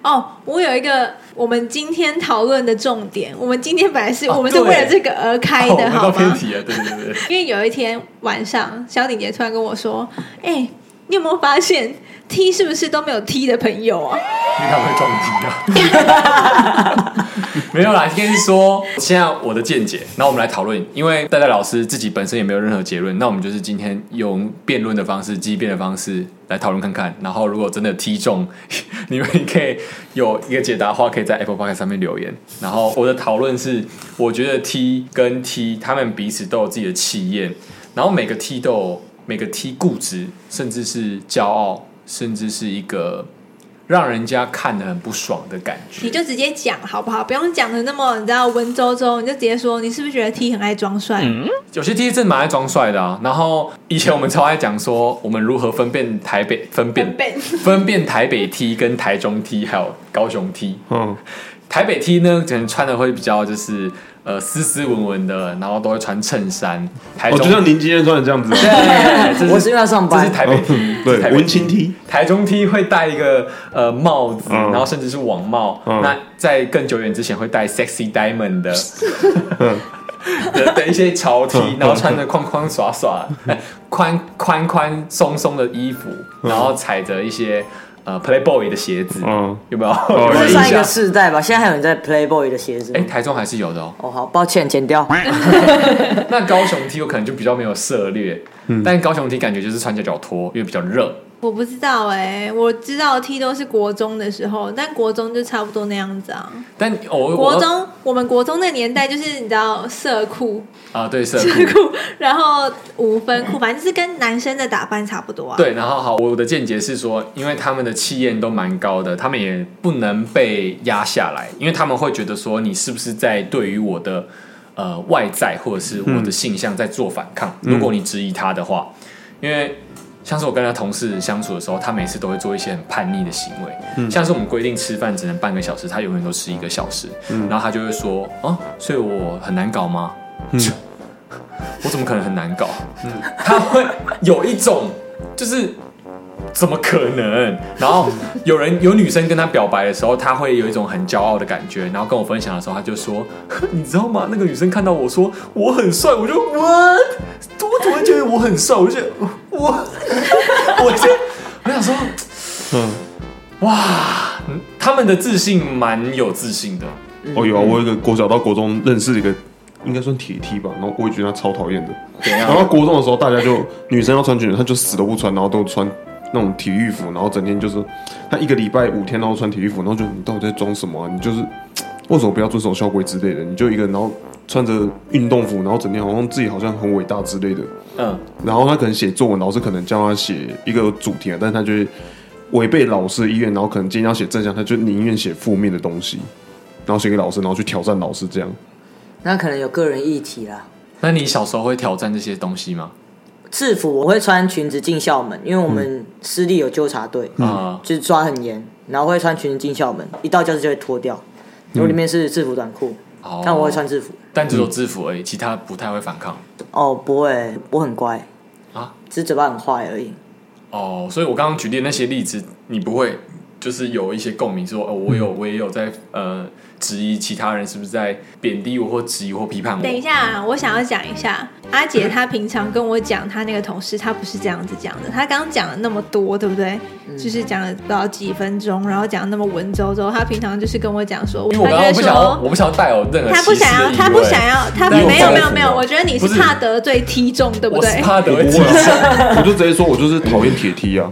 Speaker 1: 哦，我有一个我们今天讨论的重点，我们今天本来是、
Speaker 4: 哦
Speaker 1: 我们是为了这个而开
Speaker 4: 哦我
Speaker 1: 的，
Speaker 4: 们
Speaker 1: 好
Speaker 4: 到偏
Speaker 1: 吗？
Speaker 4: 题了，对对对对。
Speaker 1: 因为有一天晚上，小鼎姐突然跟我说：“哎、你有没有发现 T 是不是都没有 T 的朋友啊
Speaker 4: 因为他们会撞题啊。 没有啦，应该是说现在我的见解，然后我们来讨论。因为戴戴老师自己本身也没有任何结论，那我们就是今天用辩论的方式、激辩的方式来讨论看看。然后如果真的踢中，你们可以有一个解答的话，可 以在 Apple Park 上面留言。然后我的讨论是，我觉得 T 跟 T 他们彼此都有自己的气焰，然后每个 T 都有每个 T 固执，甚至是骄傲，甚至是一个让人家看得很不爽的感？”觉。
Speaker 1: 你就直接讲好不好？不用讲的那么你知道文绉绉，你就直接说你是不是觉得 T 很爱装帅？
Speaker 4: 有些 T 真的蛮爱装帅的啊。然后以前我们超爱讲说，我们如何分辨台 北分辨
Speaker 1: 分辨
Speaker 4: 分辨台北 T 跟台中 T 还有高雄 T。
Speaker 2: 嗯，
Speaker 4: 台北 T 呢，可能穿的会比较就是呃斯斯文文的，然后都会穿衬衫。台
Speaker 2: 哦，
Speaker 4: 中、
Speaker 2: 就像您今天穿的这样子，哦
Speaker 4: 对，这
Speaker 6: 我是因为要上
Speaker 4: 这是
Speaker 6: 班，
Speaker 4: 台北 T，这
Speaker 2: 嗯对
Speaker 4: 是台，北 T
Speaker 2: 文青 T，
Speaker 4: 台中 T 会戴一个呃帽子，
Speaker 2: 嗯
Speaker 4: 然后甚至是网帽。
Speaker 2: 嗯
Speaker 4: 那在更久远之前会戴 sexy diamond 的
Speaker 2: 嗯
Speaker 4: 的的一些潮 T，然后穿着宽宽耍耍、哎宽宽宽松松的衣服，然后踩着一些呃 Playboy 的鞋子，
Speaker 2: 嗯，
Speaker 4: 有没有？
Speaker 2: 有
Speaker 4: 有没有
Speaker 6: 这
Speaker 4: 印
Speaker 6: 算一个
Speaker 4: 象？
Speaker 6: 世代吧。现在还有人在 Playboy 的鞋子吗
Speaker 4: 哎，？台中还是有的哦。
Speaker 6: 哦，好，抱歉，剪掉。
Speaker 4: 那高雄 T 我可能就比较没有涉猎，
Speaker 2: 嗯
Speaker 4: 但高雄 T 感觉就是穿脚脚拖，因为比较热。
Speaker 1: 我不知道哎、我知道的 T 都是国中的时候，但国中就差不多那样子啊。
Speaker 4: 但我
Speaker 1: 国
Speaker 4: 我
Speaker 1: 中我们国中那年代就是你知道色裤、
Speaker 4: 啊，对，社
Speaker 1: 色
Speaker 4: 裤。
Speaker 1: 裤，然后五分裤，反正就是跟男生的打扮差不多啊。，
Speaker 4: 对，然后好，我的见解是说，因为他们的气焰都蛮高的，他们也不能被压下来，因为他们会觉得说，你是不是在对于我的呃外在或者是我的性向在做反抗？如果你质疑他的话，因为像是我跟他同事相处的时候，他每次都会做一些很叛逆的行为，像是我们规定吃饭只能半个小时，他永远都吃一个小时，然后他就会说啊，所以我很难搞吗？ 我怎么可能很难搞？他会有一种就是怎么可能？然后有人有女生跟他表白的时候，他会有一种很骄傲的感觉，然后跟我分享的时候，他就说：“ 你知道吗？那个女生看到我说我很帅，我就 what？我突然觉得我很帅，我就觉得我我 就我想说，
Speaker 2: 嗯，
Speaker 4: 哇，嗯他们的自信蛮有自信的。”
Speaker 2: 哦有啊，我有一个国小到国中认识一个，应该算铁 T 吧，然后我也觉得他超讨厌的。
Speaker 4: 怎
Speaker 2: 然后国中的时候，大家就女生要穿裙子，他就死都不穿，然后都穿那种体育服，然后整天就是他一个礼拜五天，然后穿体育服，然后就你到底在装什么、啊？你就是为什么不要遵守校规之类的？你就一个人，然后穿着运动服，然后整天好像自己好像很伟大之类的。
Speaker 4: 嗯，
Speaker 2: 然后他可能写作文，老师可能叫他写一个主题啊，但是他就会违背老师的意愿，然后可能今天要写正向，他就宁愿写负面的东西，然后写给老师，然后去挑战老师这样。
Speaker 6: 那可能有个人议题啦。
Speaker 4: 那你小时候会挑战这些东西吗？
Speaker 6: 制服我会穿裙子进校门，因为我
Speaker 4: 嗯
Speaker 6: 们私立有纠察队，
Speaker 4: 啊
Speaker 6: 就是抓很严，然后会穿裙子进校门，一到教室就会脱掉。
Speaker 4: 嗯
Speaker 6: 我里面是制服短裤，
Speaker 4: 哦
Speaker 6: 但我会穿制服。
Speaker 4: 但只有制服而已，其他不太会反抗。
Speaker 6: 哦，不会，我很乖
Speaker 4: 啊，
Speaker 6: 只是嘴巴很坏而已。
Speaker 4: 哦，所以我刚刚举例那些例子，你不会就是有一些共鸣说，哦，我
Speaker 2: 嗯
Speaker 4: 有我也有在呃质疑其他人是不是在贬低我或质疑或批判我。
Speaker 1: 等一下，我想要讲一下阿姐，她平常跟我讲她那个同事，她不是这样子讲的。她刚刚讲了那么多，对不对？
Speaker 4: 嗯
Speaker 1: 就是讲了不知道几分钟，然后讲得那么文绉绉。她平常就是跟我讲说，
Speaker 4: 因为我
Speaker 1: 她
Speaker 4: 刚
Speaker 1: 就
Speaker 4: 刚
Speaker 1: 会
Speaker 4: 不想要，
Speaker 1: 说。
Speaker 4: 我不想要带有任何
Speaker 1: 她不想要，她不想要，她
Speaker 4: 但我
Speaker 1: 没有
Speaker 4: 不
Speaker 1: 没有没有，
Speaker 4: 服
Speaker 1: 我觉得你是
Speaker 4: 不是
Speaker 1: 怕得罪 T 众，对不
Speaker 4: 我是
Speaker 1: 对？
Speaker 4: 怕得
Speaker 2: 我不
Speaker 4: 会
Speaker 2: 会 啊，我就直接说，我就是讨厌铁梯啊。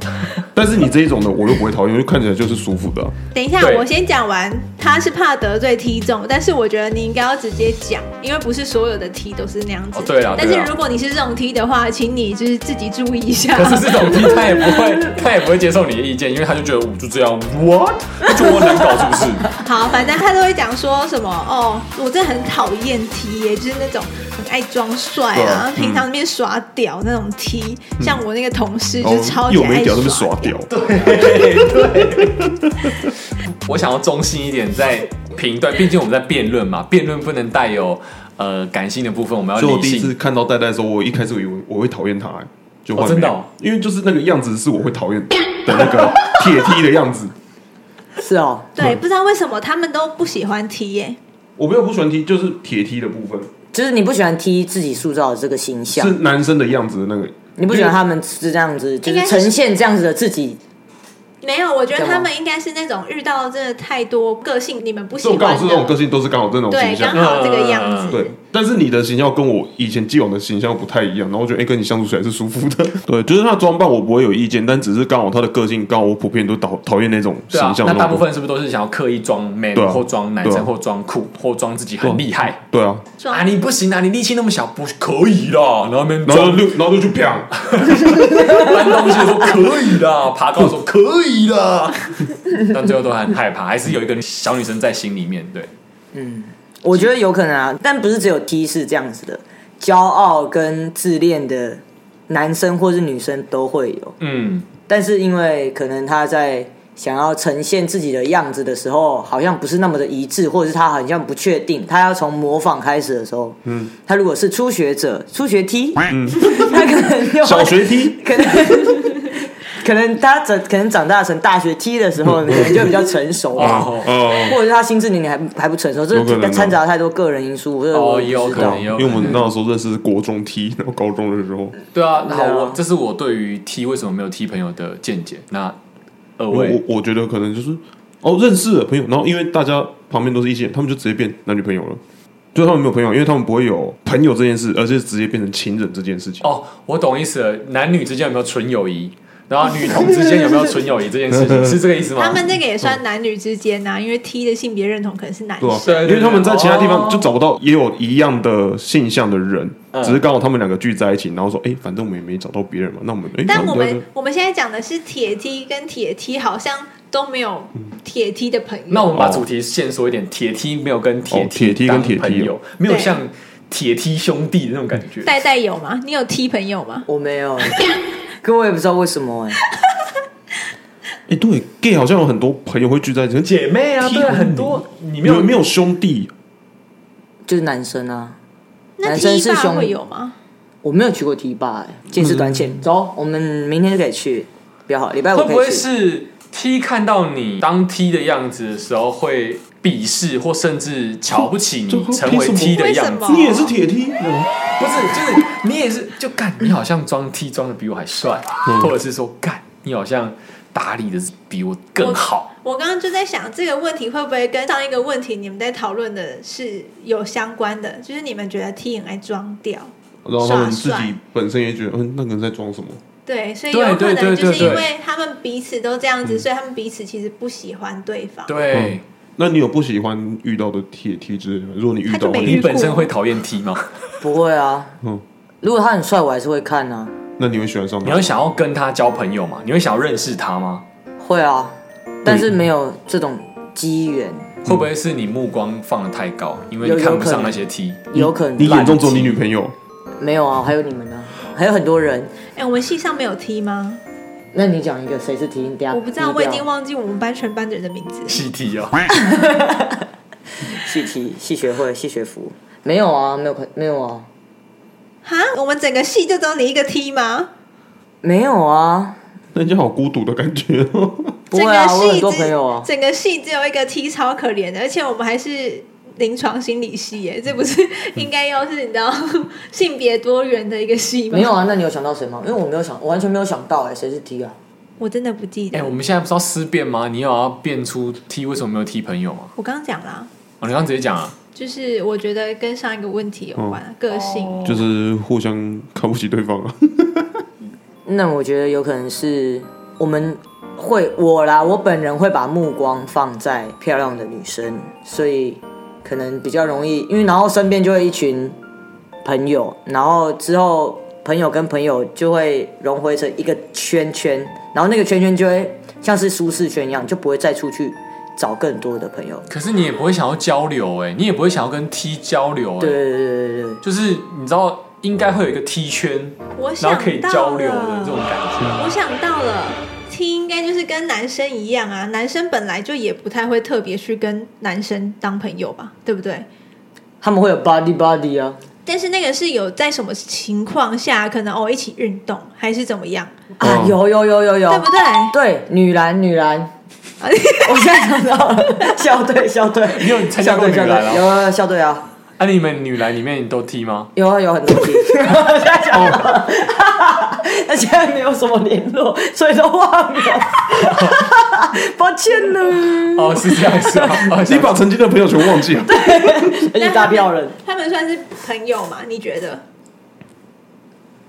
Speaker 2: 但是你这一种的，我又不会讨厌，因为看起来就是舒服的啊、
Speaker 1: 等一下
Speaker 4: 对，
Speaker 1: 我先讲完。他是怕得罪 T 众，但是我觉得你应该要直接讲，因为不是所有的 T 都是那样子。
Speaker 4: 哦
Speaker 2: 啊
Speaker 4: 对啦
Speaker 1: 但
Speaker 4: 对
Speaker 1: 是
Speaker 4: 啦
Speaker 1: 如果你是这种 T 的话，请你就是自己注意一下。
Speaker 4: 可是这种 T 他也不会，他也不会接受你的意见，因为他就觉得我就这样，what？就我能搞是不是？
Speaker 1: 好，反正他都会讲说什么哦，我真的很讨厌 T 耶，就是那种很爱装帅
Speaker 2: 对
Speaker 1: 啊
Speaker 2: 啊，嗯
Speaker 1: 平常那边耍屌那种 T、像我那个同事就是超级
Speaker 2: 哦又
Speaker 1: 爱
Speaker 2: 没屌那边
Speaker 1: 耍
Speaker 2: 耍屌，
Speaker 4: 我想要中性一点在评断，毕竟我们在辩论嘛，辩论不能带有呃感性的部分，我们要
Speaker 2: 所以我
Speaker 4: 理
Speaker 2: 第一次
Speaker 4: 性。
Speaker 2: 看到戴戴的时候，我一开始以为我会讨厌他、欸，就后来
Speaker 4: 哦真的
Speaker 2: 没有
Speaker 4: 哦
Speaker 2: 因为就是那个样子是我会讨厌的那个铁梯的样子。
Speaker 6: 是哦，
Speaker 1: 对，
Speaker 2: 嗯
Speaker 1: 不知道为什么他们都不喜欢 T 耶。
Speaker 2: 我没有不喜欢踢，就是铁梯的部分，
Speaker 6: 就是你不喜欢 T 自己塑造的这个形
Speaker 2: 是
Speaker 6: 象，
Speaker 2: 男生的样子的那个。
Speaker 6: 你不喜欢他们是这样子，就
Speaker 1: 应该
Speaker 6: 是
Speaker 1: 是
Speaker 6: 呈现这样子的自己。
Speaker 1: 没有，我觉得
Speaker 6: 干嘛
Speaker 1: 他们应该是那种遇到真的太多个性你们不喜
Speaker 2: 这种
Speaker 1: 欢
Speaker 2: 刚好是
Speaker 1: 的，
Speaker 2: 这种个性，都是刚好这种
Speaker 1: 对，
Speaker 2: 形象
Speaker 1: 刚。好这个样子。
Speaker 4: 嗯
Speaker 2: 对，但是你的形象跟我以前既往的形象不太一样，然后我觉得哎、诶跟你相处起来是舒服的。 对，就是他的装扮我不会有意见，但只是刚好他的个性，刚好我普遍都讨讨厌那种
Speaker 4: 对啊
Speaker 2: 形，象。
Speaker 4: 那大部分是不是都是想要刻意装 man
Speaker 2: 对啊
Speaker 4: 或装男
Speaker 2: 对
Speaker 4: 生
Speaker 2: 啊
Speaker 4: 或装酷或装自己很厉害
Speaker 2: 对啊，
Speaker 1: 装
Speaker 4: 啊？你不行啊，你力气那么小，不可以啦。然后那边
Speaker 2: 啊然后就
Speaker 4: 装
Speaker 2: 六，然后就去啪，
Speaker 4: 搬东西的时候可以 啦，爬高的时候可以啦， 但最后都很害怕，还是有一个小女生在心里面。对，
Speaker 6: 我觉得有可能啊，但不是只有 T 是这样子的，骄傲跟自恋的男生或是女生都会有。
Speaker 4: 嗯，
Speaker 6: 但是因为可能他在想要呈现自己的样子的时候，好像不是那么的一致，或者是他好像不确定，他要从模仿开始的时候，嗯，他如果是初学者、初学梯，嗯， 他可能就会
Speaker 2: 小学 梯，
Speaker 6: 可能可能他长可能长大成大学 T 的时候，可能就比较成熟了，
Speaker 4: 哦
Speaker 2: 哦，
Speaker 6: 或者是他心智年龄还还不成熟，这
Speaker 2: 有可能哦
Speaker 6: 掺杂太多个人因素，这个我
Speaker 4: 哦，
Speaker 6: 不
Speaker 4: 也有
Speaker 6: 知
Speaker 4: 可
Speaker 6: 道
Speaker 4: 能，也。有
Speaker 2: 因
Speaker 4: 可
Speaker 2: 为我们
Speaker 4: 能。
Speaker 2: 那时候认识是国中梯，然后高中的时候，
Speaker 4: 对啊，好，
Speaker 6: 对啊
Speaker 4: 我这是我对于 T 为什么没有 T 朋友的见解。那二
Speaker 2: 我
Speaker 4: 位，
Speaker 2: 我我觉得可能就是哦，认识了朋友，然后因为大家旁边都是异性恋，他们就直接变男女朋友了。就他们没有朋友，因为他们不会有朋友这件事，而且直接变成情人这件事情。
Speaker 4: 哦，我懂意思了，男女之间有没有纯友谊？然后女同之间有没有纯友谊这 件事情，是这个意思吗？
Speaker 1: 他们那个也算男女之间呐、因为 T 的性别认同可能是男
Speaker 2: 对吧、啊
Speaker 1: 生。
Speaker 4: 对啊对
Speaker 2: 因为他们在其他地
Speaker 4: 哦嗯
Speaker 2: 方就找不到也有一样的性向的人，只是刚好他们两个聚在一起，然后说，哎、反正我们也没找到别人嘛，那我们，哎、
Speaker 1: 但
Speaker 2: 那
Speaker 1: 我
Speaker 2: 对
Speaker 1: 们
Speaker 2: 对
Speaker 1: 我们现在讲的是铁梯跟铁梯，好像都没有铁梯的朋友。
Speaker 4: 那我们
Speaker 2: 哦
Speaker 4: 把主题线索一点，铁梯没有跟铁
Speaker 2: 哦铁梯
Speaker 4: 当
Speaker 2: 跟铁梯
Speaker 4: 朋友
Speaker 2: 哦，
Speaker 4: 没有
Speaker 1: 对
Speaker 4: 像铁梯兄弟的那种感觉。
Speaker 1: 戴戴有吗？你有 T 朋友吗？
Speaker 6: 我没有， 可我也不知道为什么哎。
Speaker 2: 哎、对，gay 好像有很多朋友会聚在一起，
Speaker 4: 姐妹啊，
Speaker 2: T
Speaker 4: 对啊，
Speaker 2: 兄弟
Speaker 4: 很多你
Speaker 2: 你们
Speaker 4: 没有
Speaker 2: 有没有兄弟？
Speaker 6: 就是男生啊，
Speaker 1: 那
Speaker 6: 男生
Speaker 1: T
Speaker 6: 是
Speaker 1: 爸
Speaker 6: 兄
Speaker 1: 会有吗？
Speaker 6: 我没有去过 T 吧，哎见识短
Speaker 2: 嗯
Speaker 6: 浅。走，我们明天就可以去，比较好，
Speaker 1: 哎
Speaker 6: 礼拜五
Speaker 4: 会不
Speaker 6: 可
Speaker 4: 会
Speaker 6: 以去。
Speaker 4: 是 T 看到你当 T 的样子的时候，会鄙视或甚至瞧不起
Speaker 2: 这
Speaker 4: 你
Speaker 2: 这
Speaker 4: 成为 T 的样
Speaker 1: 为什
Speaker 4: 子？
Speaker 1: 么
Speaker 2: 你也是铁梯，
Speaker 4: 不是，就是你也是，就干你好像装 T 装的比我还帅，
Speaker 2: 嗯
Speaker 4: 或者是说干你好像打理的比我更好。
Speaker 1: 我刚刚就在想这个问题会不会跟上一个问题你们在讨论的是有相关的，就是你们觉得 T 很爱装屌，
Speaker 2: 然后他们自
Speaker 1: 耍
Speaker 2: 己
Speaker 1: 帅
Speaker 2: 本身也觉得，嗯，那个人在装什么？
Speaker 1: 对，所以
Speaker 4: 对
Speaker 1: 有可
Speaker 4: 对对
Speaker 1: 能就
Speaker 4: 对
Speaker 1: 是因
Speaker 4: 对
Speaker 1: 为他们彼此都这样子，所以他们彼此其实不喜欢对方。
Speaker 2: 嗯
Speaker 4: 对，
Speaker 2: 那你有不喜欢遇到的铁梯之类的吗？如果你遇到
Speaker 1: 他
Speaker 2: 的
Speaker 1: 就
Speaker 2: 话，
Speaker 1: 没
Speaker 4: 你
Speaker 1: 遇
Speaker 2: 你
Speaker 4: 本身会讨厌 T 吗？
Speaker 6: 不会啊
Speaker 2: 嗯，
Speaker 6: 如果他很帅，我还是会看啊，
Speaker 2: 那你会喜欢上
Speaker 4: 你
Speaker 2: 他
Speaker 4: 会？想要跟他交朋友吗？你会想要认识他吗？
Speaker 6: 会啊，但是没有这种机缘，
Speaker 4: 会不会是你目光放的太高，因为
Speaker 6: 有
Speaker 4: 你看不
Speaker 6: 有可
Speaker 4: 上
Speaker 6: 能
Speaker 4: 那些 T？
Speaker 6: 有可
Speaker 2: 你
Speaker 6: 能
Speaker 2: 眼中只有你女朋友，
Speaker 6: 没有啊，还有你们呢，还有很多人。
Speaker 1: 哎、我们系上没有 T 吗？
Speaker 6: 那你讲一个谁是提音调？
Speaker 1: 我不知道，我已经忘记我们班全班的人的名字。
Speaker 4: 细 T 哦，
Speaker 6: 系提系学会系学服没有啊，没有可没有啊，
Speaker 1: 哈，我们整个系就只有你一个 T 吗？
Speaker 6: 没有啊，
Speaker 2: 那你就好孤独的感觉哦。
Speaker 6: 不会啊，
Speaker 1: 整
Speaker 6: 我
Speaker 1: 个
Speaker 6: 有
Speaker 1: 系
Speaker 6: 很多
Speaker 1: 只
Speaker 6: 朋友啊。
Speaker 1: 整个系只有一个 T，超可怜的，而且我们还是临床心理系耶，这不是应该要是你知道性别多元的一个系吗？
Speaker 6: 没有，啊，那你有想到谁吗？因为我没有想，我完全没有想到哎、谁是 T 啊？
Speaker 1: 我真的不记
Speaker 4: 哎、
Speaker 1: 得。
Speaker 4: 我们现在不是要思辨吗？你有要变出 T 为什么没有 T 朋友吗？
Speaker 1: 我刚刚讲啦，
Speaker 4: 哦，你刚刚直接讲啊，
Speaker 1: 就是我觉得跟上一个问题有关，
Speaker 6: 嗯
Speaker 1: 个性。
Speaker 4: 哦
Speaker 2: 就是互相看不起对 方啊。
Speaker 6: 那我觉得有可能是我们会我啦，我本人会把目光放在漂亮的女生，所以可能比较容易，因为然后身边就会一群朋友，然后之后朋友跟朋友就会融汇成一个圈圈，然后那个圈圈就会像是舒适圈一样，就不会再出去找更多的朋友。
Speaker 4: 可是你也不会想要交流哎、你也不会想要跟 T 交流哎、
Speaker 6: 对对对对对，
Speaker 4: 就是你知道应该会有一个 T 圈，
Speaker 1: 我
Speaker 4: 然
Speaker 1: 想
Speaker 4: 后可以
Speaker 1: 到
Speaker 4: 交流的
Speaker 1: 了
Speaker 4: 这种感觉。
Speaker 1: 我想到了，T 应该就是跟男生一样啊，男生本来就也不太会特别去跟男生当朋友吧，对不对？
Speaker 6: 他们会有 body body 啊，
Speaker 1: 但是那个是有在什么情况下，可能哦一起运动还是怎么样，
Speaker 6: 啊有有有有有，
Speaker 1: 对不 对？
Speaker 6: 对，女篮，女篮。 我现在想到了，校队，校队，
Speaker 4: 你有参加
Speaker 6: 校
Speaker 4: 过
Speaker 6: 队，
Speaker 4: 女
Speaker 6: 校
Speaker 4: 篮
Speaker 6: 队，
Speaker 4: 啊？
Speaker 6: 有啊校队啊，
Speaker 4: 啊，你们女篮里面你都 T 吗？
Speaker 6: 有啊有很多题。我现在想到了，那现在没有什么联络，所以都忘了，抱歉呢。
Speaker 4: 哦，是这样子啊， 哦
Speaker 2: 你把曾经的朋友全忘记了，啊
Speaker 6: 而且大票人，
Speaker 1: 他们算是朋友嘛？你觉得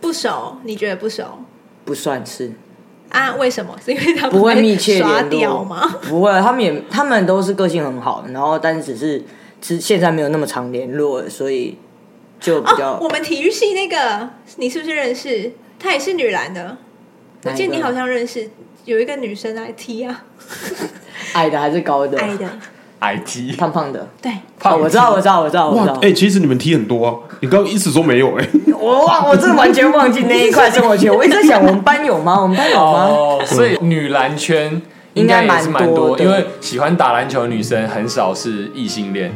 Speaker 1: 不熟？你觉得不熟
Speaker 6: 不算是，
Speaker 1: 啊？为什么？是因为他们
Speaker 6: 不会密切
Speaker 1: 耍
Speaker 6: 联
Speaker 1: 屌
Speaker 6: 络
Speaker 1: 吗？？
Speaker 6: 不会，他们也他们都是个性很好，然后但只是只现在没有那么常联络，所以就比较
Speaker 1: 哦，。我们体育系那个，你是不是认识？她也是女篮的，我记得你好像认识有一个女生来踢啊，
Speaker 6: 矮的还是高的？
Speaker 1: 矮的，
Speaker 4: 矮 T
Speaker 6: 胖胖的。
Speaker 1: 对，
Speaker 6: 哦，
Speaker 4: 胖
Speaker 6: 我知道，我知道，我知道，我
Speaker 2: 哇
Speaker 6: 知！
Speaker 1: 啊
Speaker 6: 道
Speaker 2: 哎、。其实你们 T 很多啊，你刚刚一直说没有 哎、
Speaker 6: 我忘，我真的完全忘记那一块生活圈。我一直在想，我们班有吗？我们班有吗？
Speaker 4: 哦，所以女篮圈。
Speaker 6: 应该
Speaker 4: 也是蛮
Speaker 6: 多的，
Speaker 4: 因为喜欢打篮球的女生很少是异性恋。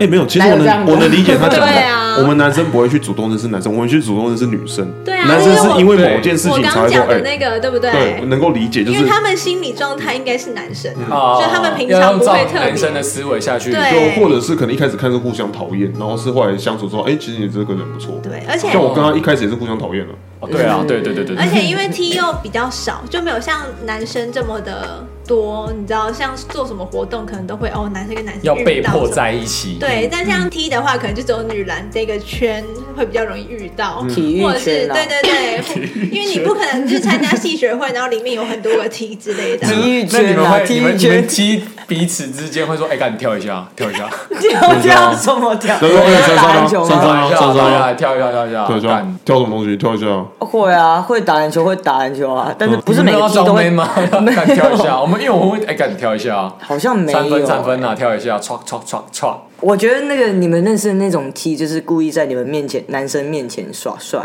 Speaker 2: 哎，没有，其实
Speaker 6: 哪有
Speaker 2: 我
Speaker 6: 这样
Speaker 2: 能
Speaker 6: 的
Speaker 2: 我能理解他讲
Speaker 1: 对啊
Speaker 2: 的，我们男生不会去主动认识男生，我们去主动认识女生。
Speaker 1: 对啊
Speaker 2: 男生是因为某件事
Speaker 1: 我
Speaker 2: 情
Speaker 1: 刚
Speaker 2: 才会
Speaker 1: 刚
Speaker 2: 说
Speaker 1: 讲的
Speaker 2: 哎，
Speaker 1: 那个，对不对？
Speaker 2: 对，我能够理解，就
Speaker 1: 因
Speaker 2: 是
Speaker 1: 为他们心理状态应该是男生
Speaker 6: 嗯
Speaker 1: 啊，
Speaker 4: 哦
Speaker 1: 所以他们平常不会
Speaker 4: 要
Speaker 1: 特
Speaker 4: 用
Speaker 1: 别
Speaker 4: 照男生的思维下去，
Speaker 1: 对
Speaker 2: 就或者是可能一开始看是互相讨厌，然后是后来相处之后，哎，其实你这个人不错。
Speaker 1: 对，而且
Speaker 2: 像嗯我跟他一开始也是互相讨厌了。
Speaker 4: 哦对
Speaker 6: 嗯
Speaker 4: 啊，对对对对
Speaker 1: 而
Speaker 4: 对，
Speaker 1: 且因为 T 又比较少，就没有像男生这么的多，你知道，像做什么活动可能都会哦，男生跟男生
Speaker 4: 要被
Speaker 1: 遇到什么
Speaker 4: 迫在一起。
Speaker 1: 对，但像 T 的话，可能就只有女篮这个圈会比较容易遇到，
Speaker 6: 体育
Speaker 1: 或者是
Speaker 6: 圈啊
Speaker 1: 对对 对，因为你不可能去参加系学会，然后里面有很多个 T 之类的。
Speaker 6: 体育
Speaker 4: 那你
Speaker 6: 圈
Speaker 4: 们
Speaker 6: 啊，
Speaker 4: 会
Speaker 6: 体
Speaker 4: 你
Speaker 6: 育
Speaker 4: 们你们
Speaker 6: 圈，
Speaker 4: 踢彼此之间会说，哎，赶紧跳一下，跳 一下，
Speaker 6: 跳跳什么跳？
Speaker 2: 对对对上
Speaker 6: 打
Speaker 2: 上
Speaker 6: 篮
Speaker 2: 啊
Speaker 6: 球
Speaker 2: 上上
Speaker 6: 吗？
Speaker 2: 啊
Speaker 4: 跳
Speaker 2: 上上
Speaker 4: 一下，
Speaker 6: 哦
Speaker 2: 啊，
Speaker 4: 跳一下，跳一下，
Speaker 2: 跳一下
Speaker 4: 干，
Speaker 2: 跳什么东西？跳一下啊。
Speaker 6: 会啊，会打篮球，会打篮球啊，但是不是每
Speaker 4: 你
Speaker 6: 个
Speaker 4: 们
Speaker 6: T
Speaker 4: 要
Speaker 6: 都
Speaker 4: 装
Speaker 6: 会
Speaker 4: 妹 吗？敢跳一下，我们因为我们会哎，敢跳一下啊，
Speaker 6: 好像没有
Speaker 4: 三分三分啊，跳一下，唰唰唰唰，
Speaker 6: 我觉得那个你们认识的那种 T，就是故意在你们面前男生面前耍帅，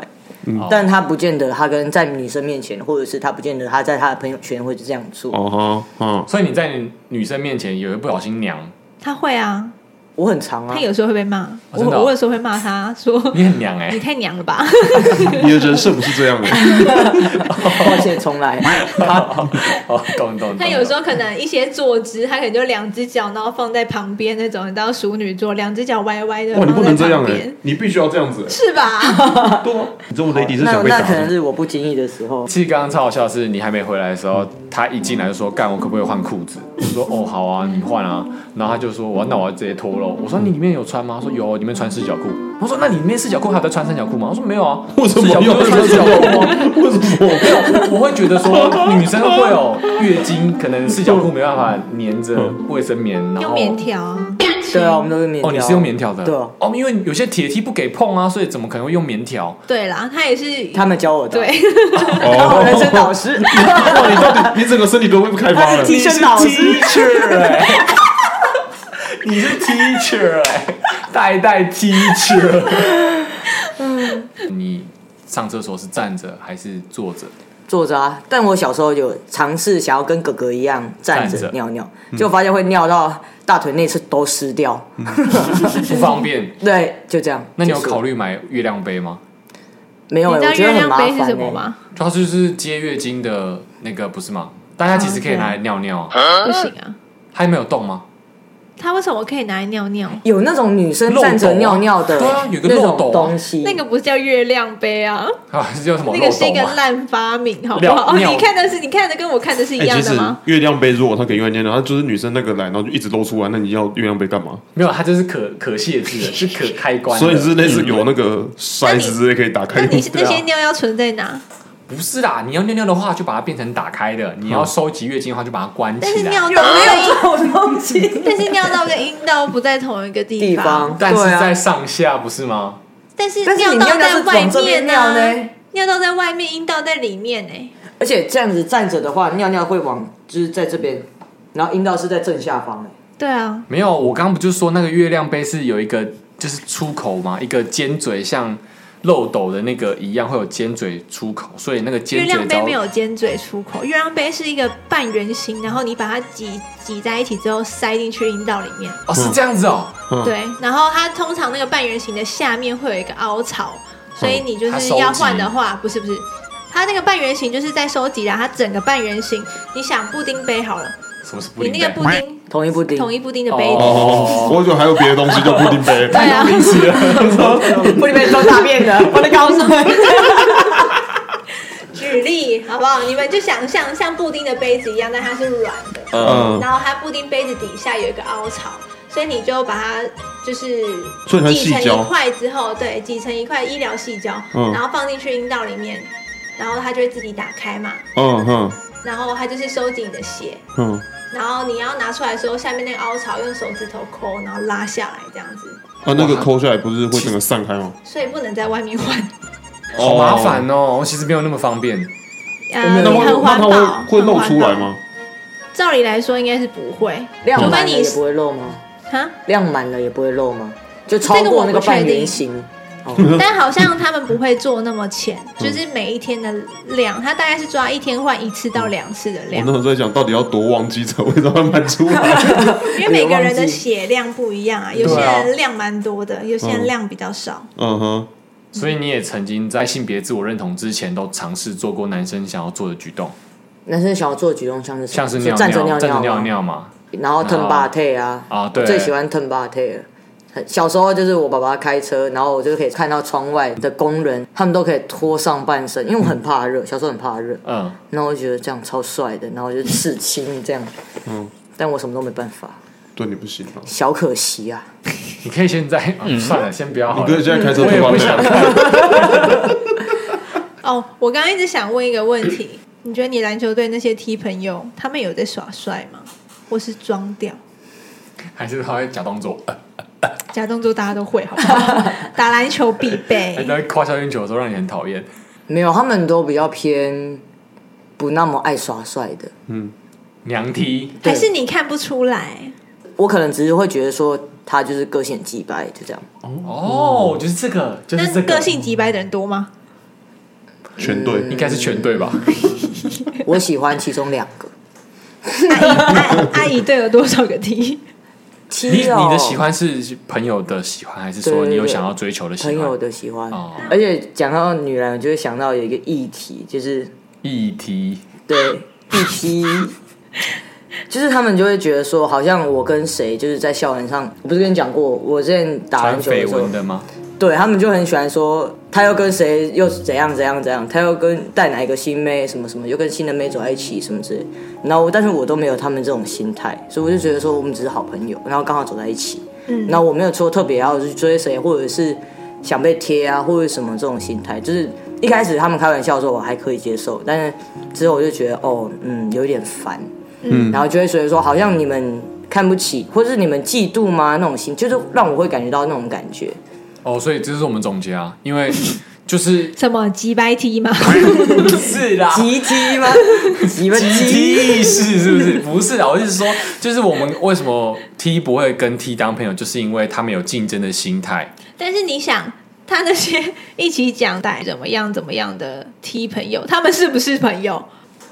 Speaker 6: 但
Speaker 4: 哦
Speaker 6: 他不见得他跟在女生面前，或者是他不见得他在他的朋友圈会这样做。
Speaker 2: 哦哈，嗯，
Speaker 4: 所以你在女生面前也会不小心娘，
Speaker 1: 他会啊，
Speaker 6: 我很常啊
Speaker 1: 他，有时候会被骂，我
Speaker 4: 真的哦
Speaker 1: 我有时候会骂他说
Speaker 4: 你很娘哎
Speaker 1: 你，太娘了吧。
Speaker 2: 你的人设不是这样的。
Speaker 6: 抱歉，重来。
Speaker 4: 哦，懂懂。
Speaker 1: 他有时
Speaker 4: 候
Speaker 1: 候可能一些坐姿，他可能就两只脚，然后放在旁边那种，你知道熟女坐，两只脚歪歪的，
Speaker 2: 哇，你不
Speaker 1: 放在
Speaker 2: 能这样
Speaker 1: 旁
Speaker 2: 哎、
Speaker 1: 边
Speaker 2: 你必须要这样子、欸。
Speaker 1: 是 吧？
Speaker 2: 对啊，你这么 lady 是
Speaker 6: 那
Speaker 2: 想被
Speaker 6: 那
Speaker 2: 打
Speaker 6: 可能
Speaker 2: 的。
Speaker 6: 是我不经意的时候，
Speaker 4: 其实刚刚超好笑的是，你还没回来的时候，他一进来就说：“干，我可不可以换裤子？”我说：“哦，好啊，你换啊。”然后他就说：“我那我要直接脱喽。”我说：“你里面有穿吗？”他说：“有，里面穿四角裤。”我说：“那你里面四角裤还有在穿三角裤吗？”我说：“没有啊，
Speaker 2: 为什么
Speaker 4: 四角裤
Speaker 2: 要
Speaker 4: 就穿四角裤吗？”
Speaker 2: 为什么？哦
Speaker 4: 没有，我我会觉得说女生会有月经，可能四角裤没办法粘着卫生棉，然后
Speaker 1: 用棉条啊，
Speaker 6: 对啊，我们都是棉条。
Speaker 4: 哦，你是用棉条的，
Speaker 6: 对啊
Speaker 4: 哦，因为有些铁梯不给碰啊，所以怎么可能会用棉条？
Speaker 1: 对啦，他也是
Speaker 6: 他们教我的，啊
Speaker 1: 对，
Speaker 6: 我人生
Speaker 2: 哦，
Speaker 6: 导师，
Speaker 2: 哇，你到底你整个身体都会开发
Speaker 6: 他
Speaker 2: 了
Speaker 6: 是。提升导师，
Speaker 4: teacher 哎、你是 teacher 哎、代代 teacher。你上厕所是站着还是坐着？
Speaker 6: 坐着啊。但我小时候有尝试想要跟哥哥一样站
Speaker 4: 站
Speaker 6: 着
Speaker 4: 着嗯
Speaker 6: 尿尿，就发现会尿到大腿内侧都湿掉。
Speaker 4: 不方便。
Speaker 6: 对，就这样。
Speaker 4: 那你有
Speaker 6: 结束
Speaker 4: 考虑买月亮杯吗？
Speaker 6: 没有、
Speaker 1: 你知
Speaker 6: 欸，
Speaker 1: 道
Speaker 6: 我觉
Speaker 1: 月
Speaker 6: 得很
Speaker 1: 亮
Speaker 6: 麻烦、
Speaker 1: 杯
Speaker 6: 欸。
Speaker 1: 是什么吗？
Speaker 4: 它就是接月经的那个，不是吗？大家其实可以拿来尿尿啊。
Speaker 1: 不行啊，
Speaker 4: 它没有动吗？
Speaker 1: 他为什么可以拿来尿尿？
Speaker 6: 有那种女生站着尿尿的，
Speaker 4: 漏斗啊对啊有个
Speaker 6: 那
Speaker 4: 漏斗啊
Speaker 6: 种东西，
Speaker 1: 那个不是叫月亮杯啊，
Speaker 6: 哦
Speaker 4: 啊，是叫什么
Speaker 1: 那
Speaker 4: 漏
Speaker 1: 个是一
Speaker 4: 洞
Speaker 1: 个
Speaker 4: 吗？
Speaker 1: 烂发明，好不
Speaker 4: 尿
Speaker 1: 好？哦，
Speaker 4: 尿
Speaker 1: 你看的是你看的跟我看的是一
Speaker 2: 哎、
Speaker 1: 样
Speaker 2: 其
Speaker 1: 的
Speaker 2: 实
Speaker 1: 吗？
Speaker 2: 月亮杯如果他给月亮杯，他就是女生那个来，然后就一直露出来，那你要月亮杯干嘛？
Speaker 4: 没有，它就是可可卸制的，是可开关的。
Speaker 2: 所以是类似
Speaker 4: 嗯
Speaker 2: 有那个塞子之类可以打
Speaker 1: 那
Speaker 6: 哎
Speaker 2: 开的。
Speaker 1: 你那
Speaker 2: 对
Speaker 1: 些
Speaker 2: 啊
Speaker 1: 尿要存在哪？
Speaker 4: 不是啦？你要尿尿的话，就把它变成打开的；你要收集月经的话，就把它关
Speaker 1: 但是
Speaker 4: 起来。
Speaker 1: 尿
Speaker 6: 有
Speaker 1: 道
Speaker 6: 没有
Speaker 1: 跟
Speaker 6: 这 种东西？
Speaker 1: 但是尿道跟阴道不在同一个
Speaker 6: 地方，
Speaker 4: 但是
Speaker 6: 对啊
Speaker 4: 在上下不是吗？
Speaker 1: 但是
Speaker 6: 但是
Speaker 1: 尿
Speaker 6: 你
Speaker 1: 道
Speaker 6: 尿尿
Speaker 1: 在
Speaker 6: 是
Speaker 1: 外
Speaker 6: 往这
Speaker 1: 面
Speaker 6: 边
Speaker 1: 呢、
Speaker 6: 尿呢
Speaker 1: 尿道在外面，阴道在里面欸呢、
Speaker 6: 而且这样子站着的话，尿尿会往就是在这边，然后阴道是在正下方、欸。
Speaker 1: 对啊，
Speaker 4: 没有，我刚刚不就说那个月亮杯是有一个就是出口嘛，一个尖嘴像漏斗的那个一样，会有尖嘴出口，所以那个
Speaker 1: 月
Speaker 4: 尖
Speaker 1: 亮
Speaker 4: 嘴
Speaker 1: 杯
Speaker 4: 招
Speaker 1: 没有尖嘴出口，月亮杯是一个半圆形，然后你把它挤挤在一起之后塞进去阴道里面。
Speaker 4: 哦，是这样子哦，
Speaker 2: 嗯
Speaker 1: 对，然后它通常那个半圆形的下面会有一个凹槽，所
Speaker 2: 嗯
Speaker 1: 以你就
Speaker 4: 它
Speaker 1: 是
Speaker 4: 收集
Speaker 1: 要换的话，不是不是，它那个半圆形就是在收集啦，它整个半圆形，你想布丁杯好了，
Speaker 4: 什么是布
Speaker 1: 你
Speaker 4: 丁
Speaker 1: 那
Speaker 4: 杯？
Speaker 1: 个布丁
Speaker 6: 同一布丁，
Speaker 1: 统一布丁的杯子，
Speaker 2: 哦，我以为还有别的东西叫布丁杯。
Speaker 1: 对啊，
Speaker 6: 布丁被都大便的， 我的高中。
Speaker 1: 举例好不好？你们就想象像布丁的杯子一样，但它是软的，
Speaker 2: 嗯，
Speaker 1: 然后它布丁杯子底下有一个凹槽，所以你就把它就是
Speaker 2: 所以它是
Speaker 1: 挤成
Speaker 2: 细胶
Speaker 1: 一块之后，对，挤成一块医疗细胶，
Speaker 2: 嗯
Speaker 1: 然后放进去阴道里面，然后它就会自己打开嘛，
Speaker 2: 嗯哼
Speaker 1: 然后它就是收集你的血，
Speaker 2: 嗯，
Speaker 1: 然后你要拿出来的时候，下面那个凹槽用手指头抠，然后拉下来这样子，
Speaker 2: 啊，那个抠下来不是会整个散开吗？
Speaker 1: 所以不能在外面换，
Speaker 4: 好麻烦哦，其实没有那么方便。
Speaker 1: 呃，
Speaker 2: 那
Speaker 1: 你
Speaker 2: 会
Speaker 1: 很
Speaker 2: 那
Speaker 1: 环保，
Speaker 2: 它会会露
Speaker 1: 很环
Speaker 2: 出
Speaker 1: 保
Speaker 2: 来？吗？
Speaker 1: 照理来说应该是不会，
Speaker 6: 量
Speaker 1: 除非
Speaker 6: 满了
Speaker 1: 你
Speaker 6: 也不会漏吗？
Speaker 1: 哈。
Speaker 6: 量满了也不会漏吗？就超
Speaker 1: 这个我
Speaker 6: 过
Speaker 1: 不
Speaker 6: 那个半
Speaker 1: 确定
Speaker 6: 圆形，
Speaker 2: 嗯
Speaker 1: 但好像他们不会做那么浅，就是每一天的量，他大概是抓一天换一次到两次的
Speaker 2: 我
Speaker 1: 量
Speaker 2: 那，时候在想，到底要多忘记才会让它满出来？
Speaker 1: 因为每个人的血量不一样啊，有些人量蛮多的，有些人量比较少。
Speaker 2: 嗯哼，
Speaker 4: 所以你也曾经在性别自我认同之前，都尝试做过男生想要做的举动，
Speaker 6: 男生想要做的举动像是什么
Speaker 4: 像是尿
Speaker 6: 就站着
Speaker 4: 尿、站着尿
Speaker 6: 尿嘛，
Speaker 4: 尿嘛。
Speaker 6: 然后 turn bar t 啊，
Speaker 4: 啊对
Speaker 6: 最喜欢 turn bar t 了。很小时候就是我爸爸开车，然后我就可以看到窗外的工人，他们都可以脱上半身，因为我很怕热，小时候很怕热，
Speaker 4: 嗯，
Speaker 6: 然后我就觉得这样超帅的，然后我就刺青这样，嗯，但我什么都没办法，
Speaker 2: 对你不行啊！
Speaker 6: 小可惜啊。
Speaker 4: 你可以现在、啊算了，先不要好
Speaker 2: 你
Speaker 4: 了。
Speaker 2: 哥现在开车
Speaker 4: 我也
Speaker 2: 多
Speaker 4: 不
Speaker 2: 完
Speaker 4: 想
Speaker 2: 美，
Speaker 4: 看。
Speaker 1: 哦，我刚刚一直想问一个问题，你觉得你篮球队那些 T 朋友，他们有在耍帅吗？或是装屌？
Speaker 4: 还是他会假动作，呃
Speaker 1: 假动作大家都会，好不好？打篮球必备
Speaker 4: 还。在夸校运球的时候让你很讨厌。
Speaker 6: 没有，他们都比较偏不那么爱耍帅的。
Speaker 4: 娘踢，
Speaker 1: 还是你看不出来？
Speaker 6: 我可能只是会觉得说他就是个性很鸡掰，就这 样。
Speaker 4: 哦，就是这个，就
Speaker 1: 那
Speaker 4: 是这个，
Speaker 1: 个性急白的人多吗？
Speaker 2: 全对
Speaker 4: 应。该是全对 吧？
Speaker 6: 我喜欢其中两个。
Speaker 1: 阿姨队有多少个 T？
Speaker 6: 七
Speaker 4: 你你
Speaker 6: 哦
Speaker 4: 的喜欢是朋友的喜欢，还是说
Speaker 6: 对
Speaker 4: 你有想要追求的喜
Speaker 6: 朋
Speaker 4: 欢？
Speaker 6: 友的喜欢，
Speaker 4: 哦
Speaker 6: 而且讲到女篮，我就会想到有一个议题，就是
Speaker 4: 议题，
Speaker 6: 对 议题。就是他们就会觉得说，好像我跟谁就是在校园上，我不是跟你讲过，我之前打篮
Speaker 4: 传
Speaker 6: 球的
Speaker 4: 绯
Speaker 6: 时候
Speaker 4: 闻，的吗？
Speaker 6: 对他们就很喜欢说，他又跟谁又怎样怎样怎样，他又跟带哪一个新妹什么什么，又跟新的妹走在一起什么之类。然后，但是我都没有他们这种心态，所以我就觉得说我们只是好朋友，然后刚好走在一起。嗯，然后我没有说特别要去追谁，或者是想被贴啊，或者什么这种心态。就是一开始他们开玩笑的时候，我还可以接受，但是之后我就觉得哦，嗯，有一点烦。嗯，然后就会觉得说，好像你们看不起，或者是你们嫉妒吗？那种心，就是让我会感觉到那种感觉。
Speaker 4: 哦，所以这是我们总结啊，因为 就是
Speaker 1: 什么急白 T 吗？
Speaker 4: 不是啦
Speaker 6: 集体吗？你们
Speaker 4: 集
Speaker 6: 集
Speaker 4: 体意识是不是？不是啊，我就是说，就是我们为什么 T 不会跟 T 当朋友，就是因为他们有竞争的心态。
Speaker 1: 但是你想，他那些一起讲带怎么样怎么样的 T 朋友，他们是不是朋友？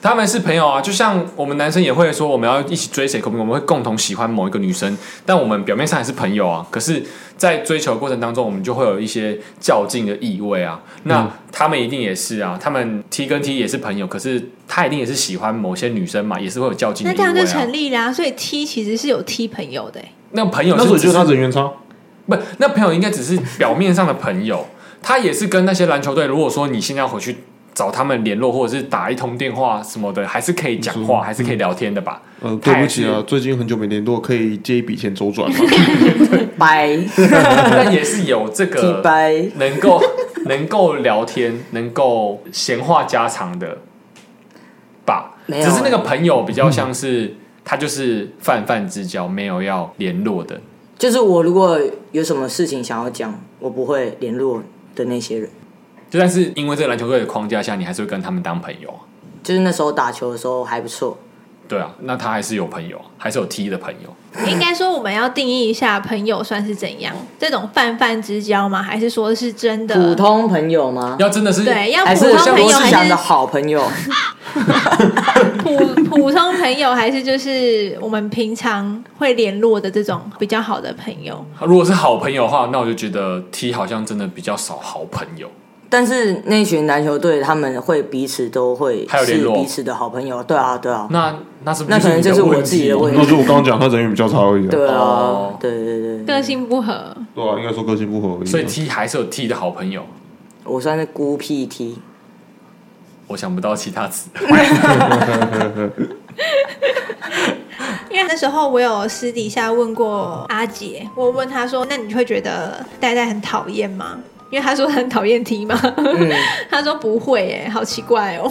Speaker 4: 他们是朋友啊，就像我们男生也会说我们要一起追谁，可能我们会共同喜欢某一个女生，但我们表面上还是朋友啊。可是，在追求的过程当中，我们就会有一些较劲的意味啊。
Speaker 2: 嗯
Speaker 4: 那他们一定也是啊，他们 T 跟 T 也是朋友，可是他一定也是喜欢某些女生嘛，也是会有较劲的
Speaker 1: 那
Speaker 4: 意
Speaker 1: 这
Speaker 4: 味啊。
Speaker 1: 样就成立啦、所以 T 其实是有 T 朋友的欸、
Speaker 4: 那朋友
Speaker 2: 那
Speaker 4: 是
Speaker 2: 时候觉得他
Speaker 4: 只是
Speaker 2: 人缘差，
Speaker 4: 不，那朋友应该只是表面上的朋友，他也是跟那些篮球队。如果说你现在要回去找他们联络，或者是打一通电话什么的，还是可以讲话，还是可以聊天的吧？
Speaker 2: 嗯，对不起啊，最近很久没联络，可以借一笔钱周转吗？
Speaker 6: 掰
Speaker 4: 但也是有这
Speaker 6: 集
Speaker 4: 个
Speaker 6: 掰，
Speaker 4: 能够 能够聊天、能够闲话家常的吧。
Speaker 6: 没有
Speaker 4: 只是那个朋友比较像是、他就是泛泛之交，没有要联络的。
Speaker 6: 就是我如果有什么事情想要讲，我不会联络的那些人。
Speaker 4: 就但是因为这个篮球队的框架下，你还是会跟他们当朋友啊。
Speaker 6: 就是那时候打球的时候还不错，
Speaker 4: 对啊，那他还是有朋友啊，还是有 T 的朋友。
Speaker 6: 哦
Speaker 1: 应该说，我们要定义一下朋友算是怎样？这种泛泛之交吗？还是说是真的？
Speaker 6: 普通朋友吗？
Speaker 4: 要真的是
Speaker 1: 对，啊要
Speaker 6: 还
Speaker 1: 普
Speaker 6: 是
Speaker 1: 通
Speaker 6: 像
Speaker 1: 朋
Speaker 6: 罗
Speaker 1: 友
Speaker 6: 志
Speaker 1: 还
Speaker 6: 祥
Speaker 1: 是
Speaker 6: 的好 朋友？
Speaker 1: 普普通朋友还是就是我们平常会联络的这种比较好的朋友，
Speaker 4: 如果是好朋友的话，那我就觉得 T 好像真的比较少好朋友。
Speaker 6: 但是那群篮球队他们会彼此都会
Speaker 4: 还有联
Speaker 6: 是
Speaker 4: 络
Speaker 6: 彼此的好朋友。对啊，对啊，
Speaker 4: 那那是不
Speaker 6: 那可能就
Speaker 4: 你
Speaker 6: 是我
Speaker 4: 问
Speaker 6: 自
Speaker 4: 题
Speaker 6: 己的问
Speaker 2: 那
Speaker 6: 题。
Speaker 2: 就我刚刚讲，他人缘比较差而已啊。
Speaker 6: 对啊
Speaker 4: 哦，
Speaker 6: 对对对对，
Speaker 1: 个性不合。
Speaker 2: 对啊，应该说个性不合而已啊。
Speaker 4: 所以 T 还是有 T 的好朋友。
Speaker 6: 我算是孤僻 T，
Speaker 4: 我想不到其他词，
Speaker 1: 因为那时候我有私底下问过阿杰，我问他说：“那你会觉得戴戴很讨厌吗？”因为他说他很讨厌 T 嘛，
Speaker 6: 嗯
Speaker 1: 他说不会耶，好奇怪哦。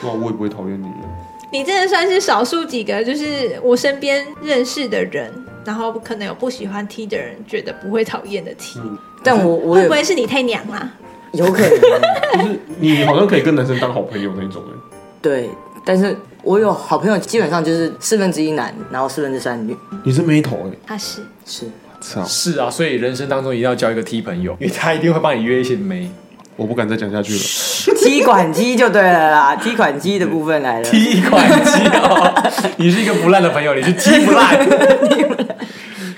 Speaker 2: 对啊，我也不会讨厌你啊。
Speaker 1: 你真的算是少数几个，就是我身边认识的人，然后可能有不喜欢 T 的人，觉得不会讨厌的 T，、
Speaker 6: 但我我
Speaker 1: 会
Speaker 6: 也
Speaker 1: 不会是你太娘啊啦、
Speaker 6: 有可能啊
Speaker 2: 就是你好像可以跟男生当好朋友那种哎、
Speaker 6: 对，但是我有好朋友基本上就是四分之一男，然后四分之三女，
Speaker 2: 你是妹头哎、
Speaker 1: 他是
Speaker 6: 是
Speaker 2: 操！
Speaker 4: 是啊，所以人生当中一定要交一个 T 朋友，因为他一定会帮你约一些妹。
Speaker 2: 我不敢再讲下去了。
Speaker 6: 踢馆机就对了啦，踢馆机的部分来了。
Speaker 4: 踢款机哦，你是一个不烂的朋友，你是踢不烂，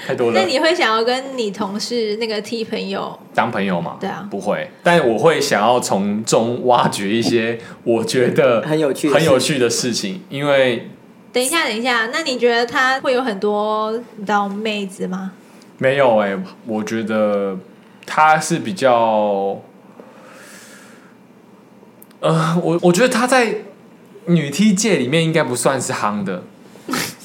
Speaker 4: 太多了
Speaker 1: 那。你会想要跟你同事那个 T 朋友？
Speaker 4: 当朋友嘛，
Speaker 1: 对啊
Speaker 4: 不会，但我会想要从中挖掘一些我觉得
Speaker 6: 很有趣的
Speaker 4: 很
Speaker 6: 事
Speaker 4: 有趣的事情，因为
Speaker 1: 等一下，等一下，那你觉得他会有很多你知道妹子吗？
Speaker 4: 没有哎、我觉得他是比较，呃，我我觉得他在女踢界里面应该不算是夯 的，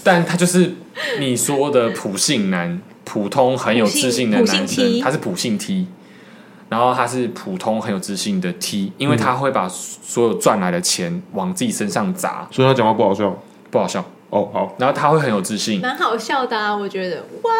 Speaker 4: 但他就是你说的普信男，普通很有自信的
Speaker 1: 普信
Speaker 4: 男
Speaker 1: 普信
Speaker 4: 生，
Speaker 1: 踢
Speaker 4: 他是普信 T，然后他是普通很有自信的 T，因为他会把所有赚来的钱往自己身上砸，
Speaker 2: 所以他讲话不好笑。
Speaker 4: 不好笑，
Speaker 2: 哦，好，
Speaker 4: 然后他会很有自信，
Speaker 1: 蛮好笑的啊，我觉得，哇，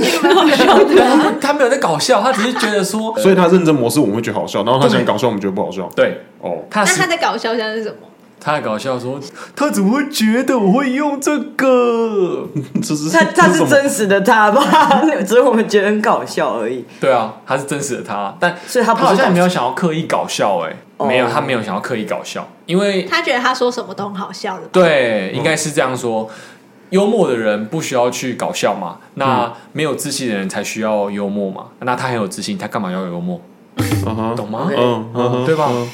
Speaker 1: 这个蛮好笑的。
Speaker 4: 他 他没有在搞笑，他只是觉得说，
Speaker 2: 所以他认真模式我们会觉得好笑，然后他想搞笑我们觉得不好笑。
Speaker 4: 对。
Speaker 2: 哦，
Speaker 4: 他
Speaker 1: 那
Speaker 4: 是
Speaker 1: 他的搞笑像是什么？
Speaker 4: 他很搞笑说，他怎么会觉得我会用这个？
Speaker 2: 这是
Speaker 6: 他他
Speaker 2: 这什
Speaker 6: 是
Speaker 2: 么
Speaker 6: 真实的他吧？ 只是我们觉得很搞笑而已。
Speaker 4: 对啊，他是真实的他，但
Speaker 6: 所以他不是
Speaker 4: 好像也
Speaker 6: 搞
Speaker 4: 没有想要刻意搞笑、欸，哎、
Speaker 6: 哦
Speaker 4: 没有，他没有想要刻意搞笑，因为
Speaker 1: 他觉得他说什么都很好笑的。
Speaker 6: 嗯
Speaker 4: 对，应该是这样说。幽默的人不需要去搞笑嘛，
Speaker 6: 嗯
Speaker 4: 那没有自信的人才需要幽默嘛。那他很有自信，他干嘛要幽默？
Speaker 2: 嗯哼
Speaker 4: 懂吗？
Speaker 6: 哦 OK 哦
Speaker 2: 嗯嗯哼
Speaker 4: 对吧？
Speaker 2: 嗯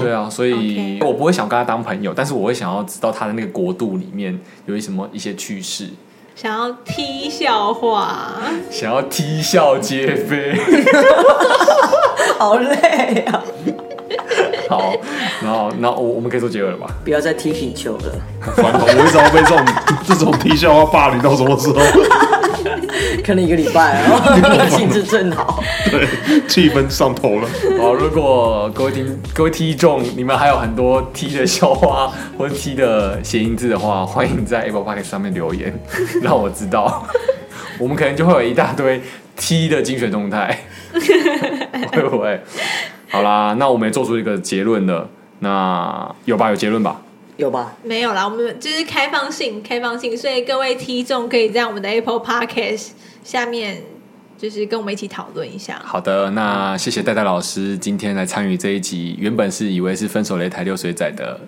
Speaker 4: 对啊，所以
Speaker 1: OK
Speaker 4: 我不会想跟他当朋友，但是我会想要知道他的那个国度里面有一什么一些趣事，
Speaker 1: 想要踢笑话，啊
Speaker 4: 想要啼笑皆非。
Speaker 6: 好累啊！
Speaker 4: 好，然后，然后我我们可以做结尾了吧？
Speaker 6: 不要再踢皮球了，
Speaker 2: 好烦哦！我一直要被这种 这种低笑话霸凌到什么时候？
Speaker 6: 可能一个礼拜啊，兴致正好。
Speaker 2: 对，气氛上头了。
Speaker 4: 好，如果各位听各位听众，你们还有很多 T 的笑话或者 T 的谐音字的话，欢迎在 Apple Podcast 上面留言，让我知道，我们可能就会有一大堆 T 的精选动态，会不会？好啦，那我们也做出一个结论了，那有吧？有结论吧？
Speaker 6: 有吧？
Speaker 1: 没有啦，我们就是开放性，开放性，所以各位听众可以在我们的 Apple Podcast 下面，就是跟我们一起讨论一下。
Speaker 4: 好的，那谢谢戴戴老师今天来参与这一集。原本是以为是分手擂台六水仔的，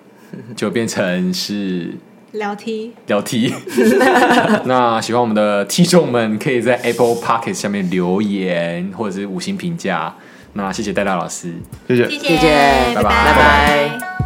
Speaker 4: 就变成是
Speaker 1: 聊踢，
Speaker 4: 聊 T。那喜欢我们的听众们，可以在 Apple Pocket 下面留言或者是五星评价。那谢谢戴戴老师。
Speaker 2: 谢谢。
Speaker 1: 谢谢，
Speaker 6: 谢谢
Speaker 1: 拜
Speaker 4: 拜拜
Speaker 1: 拜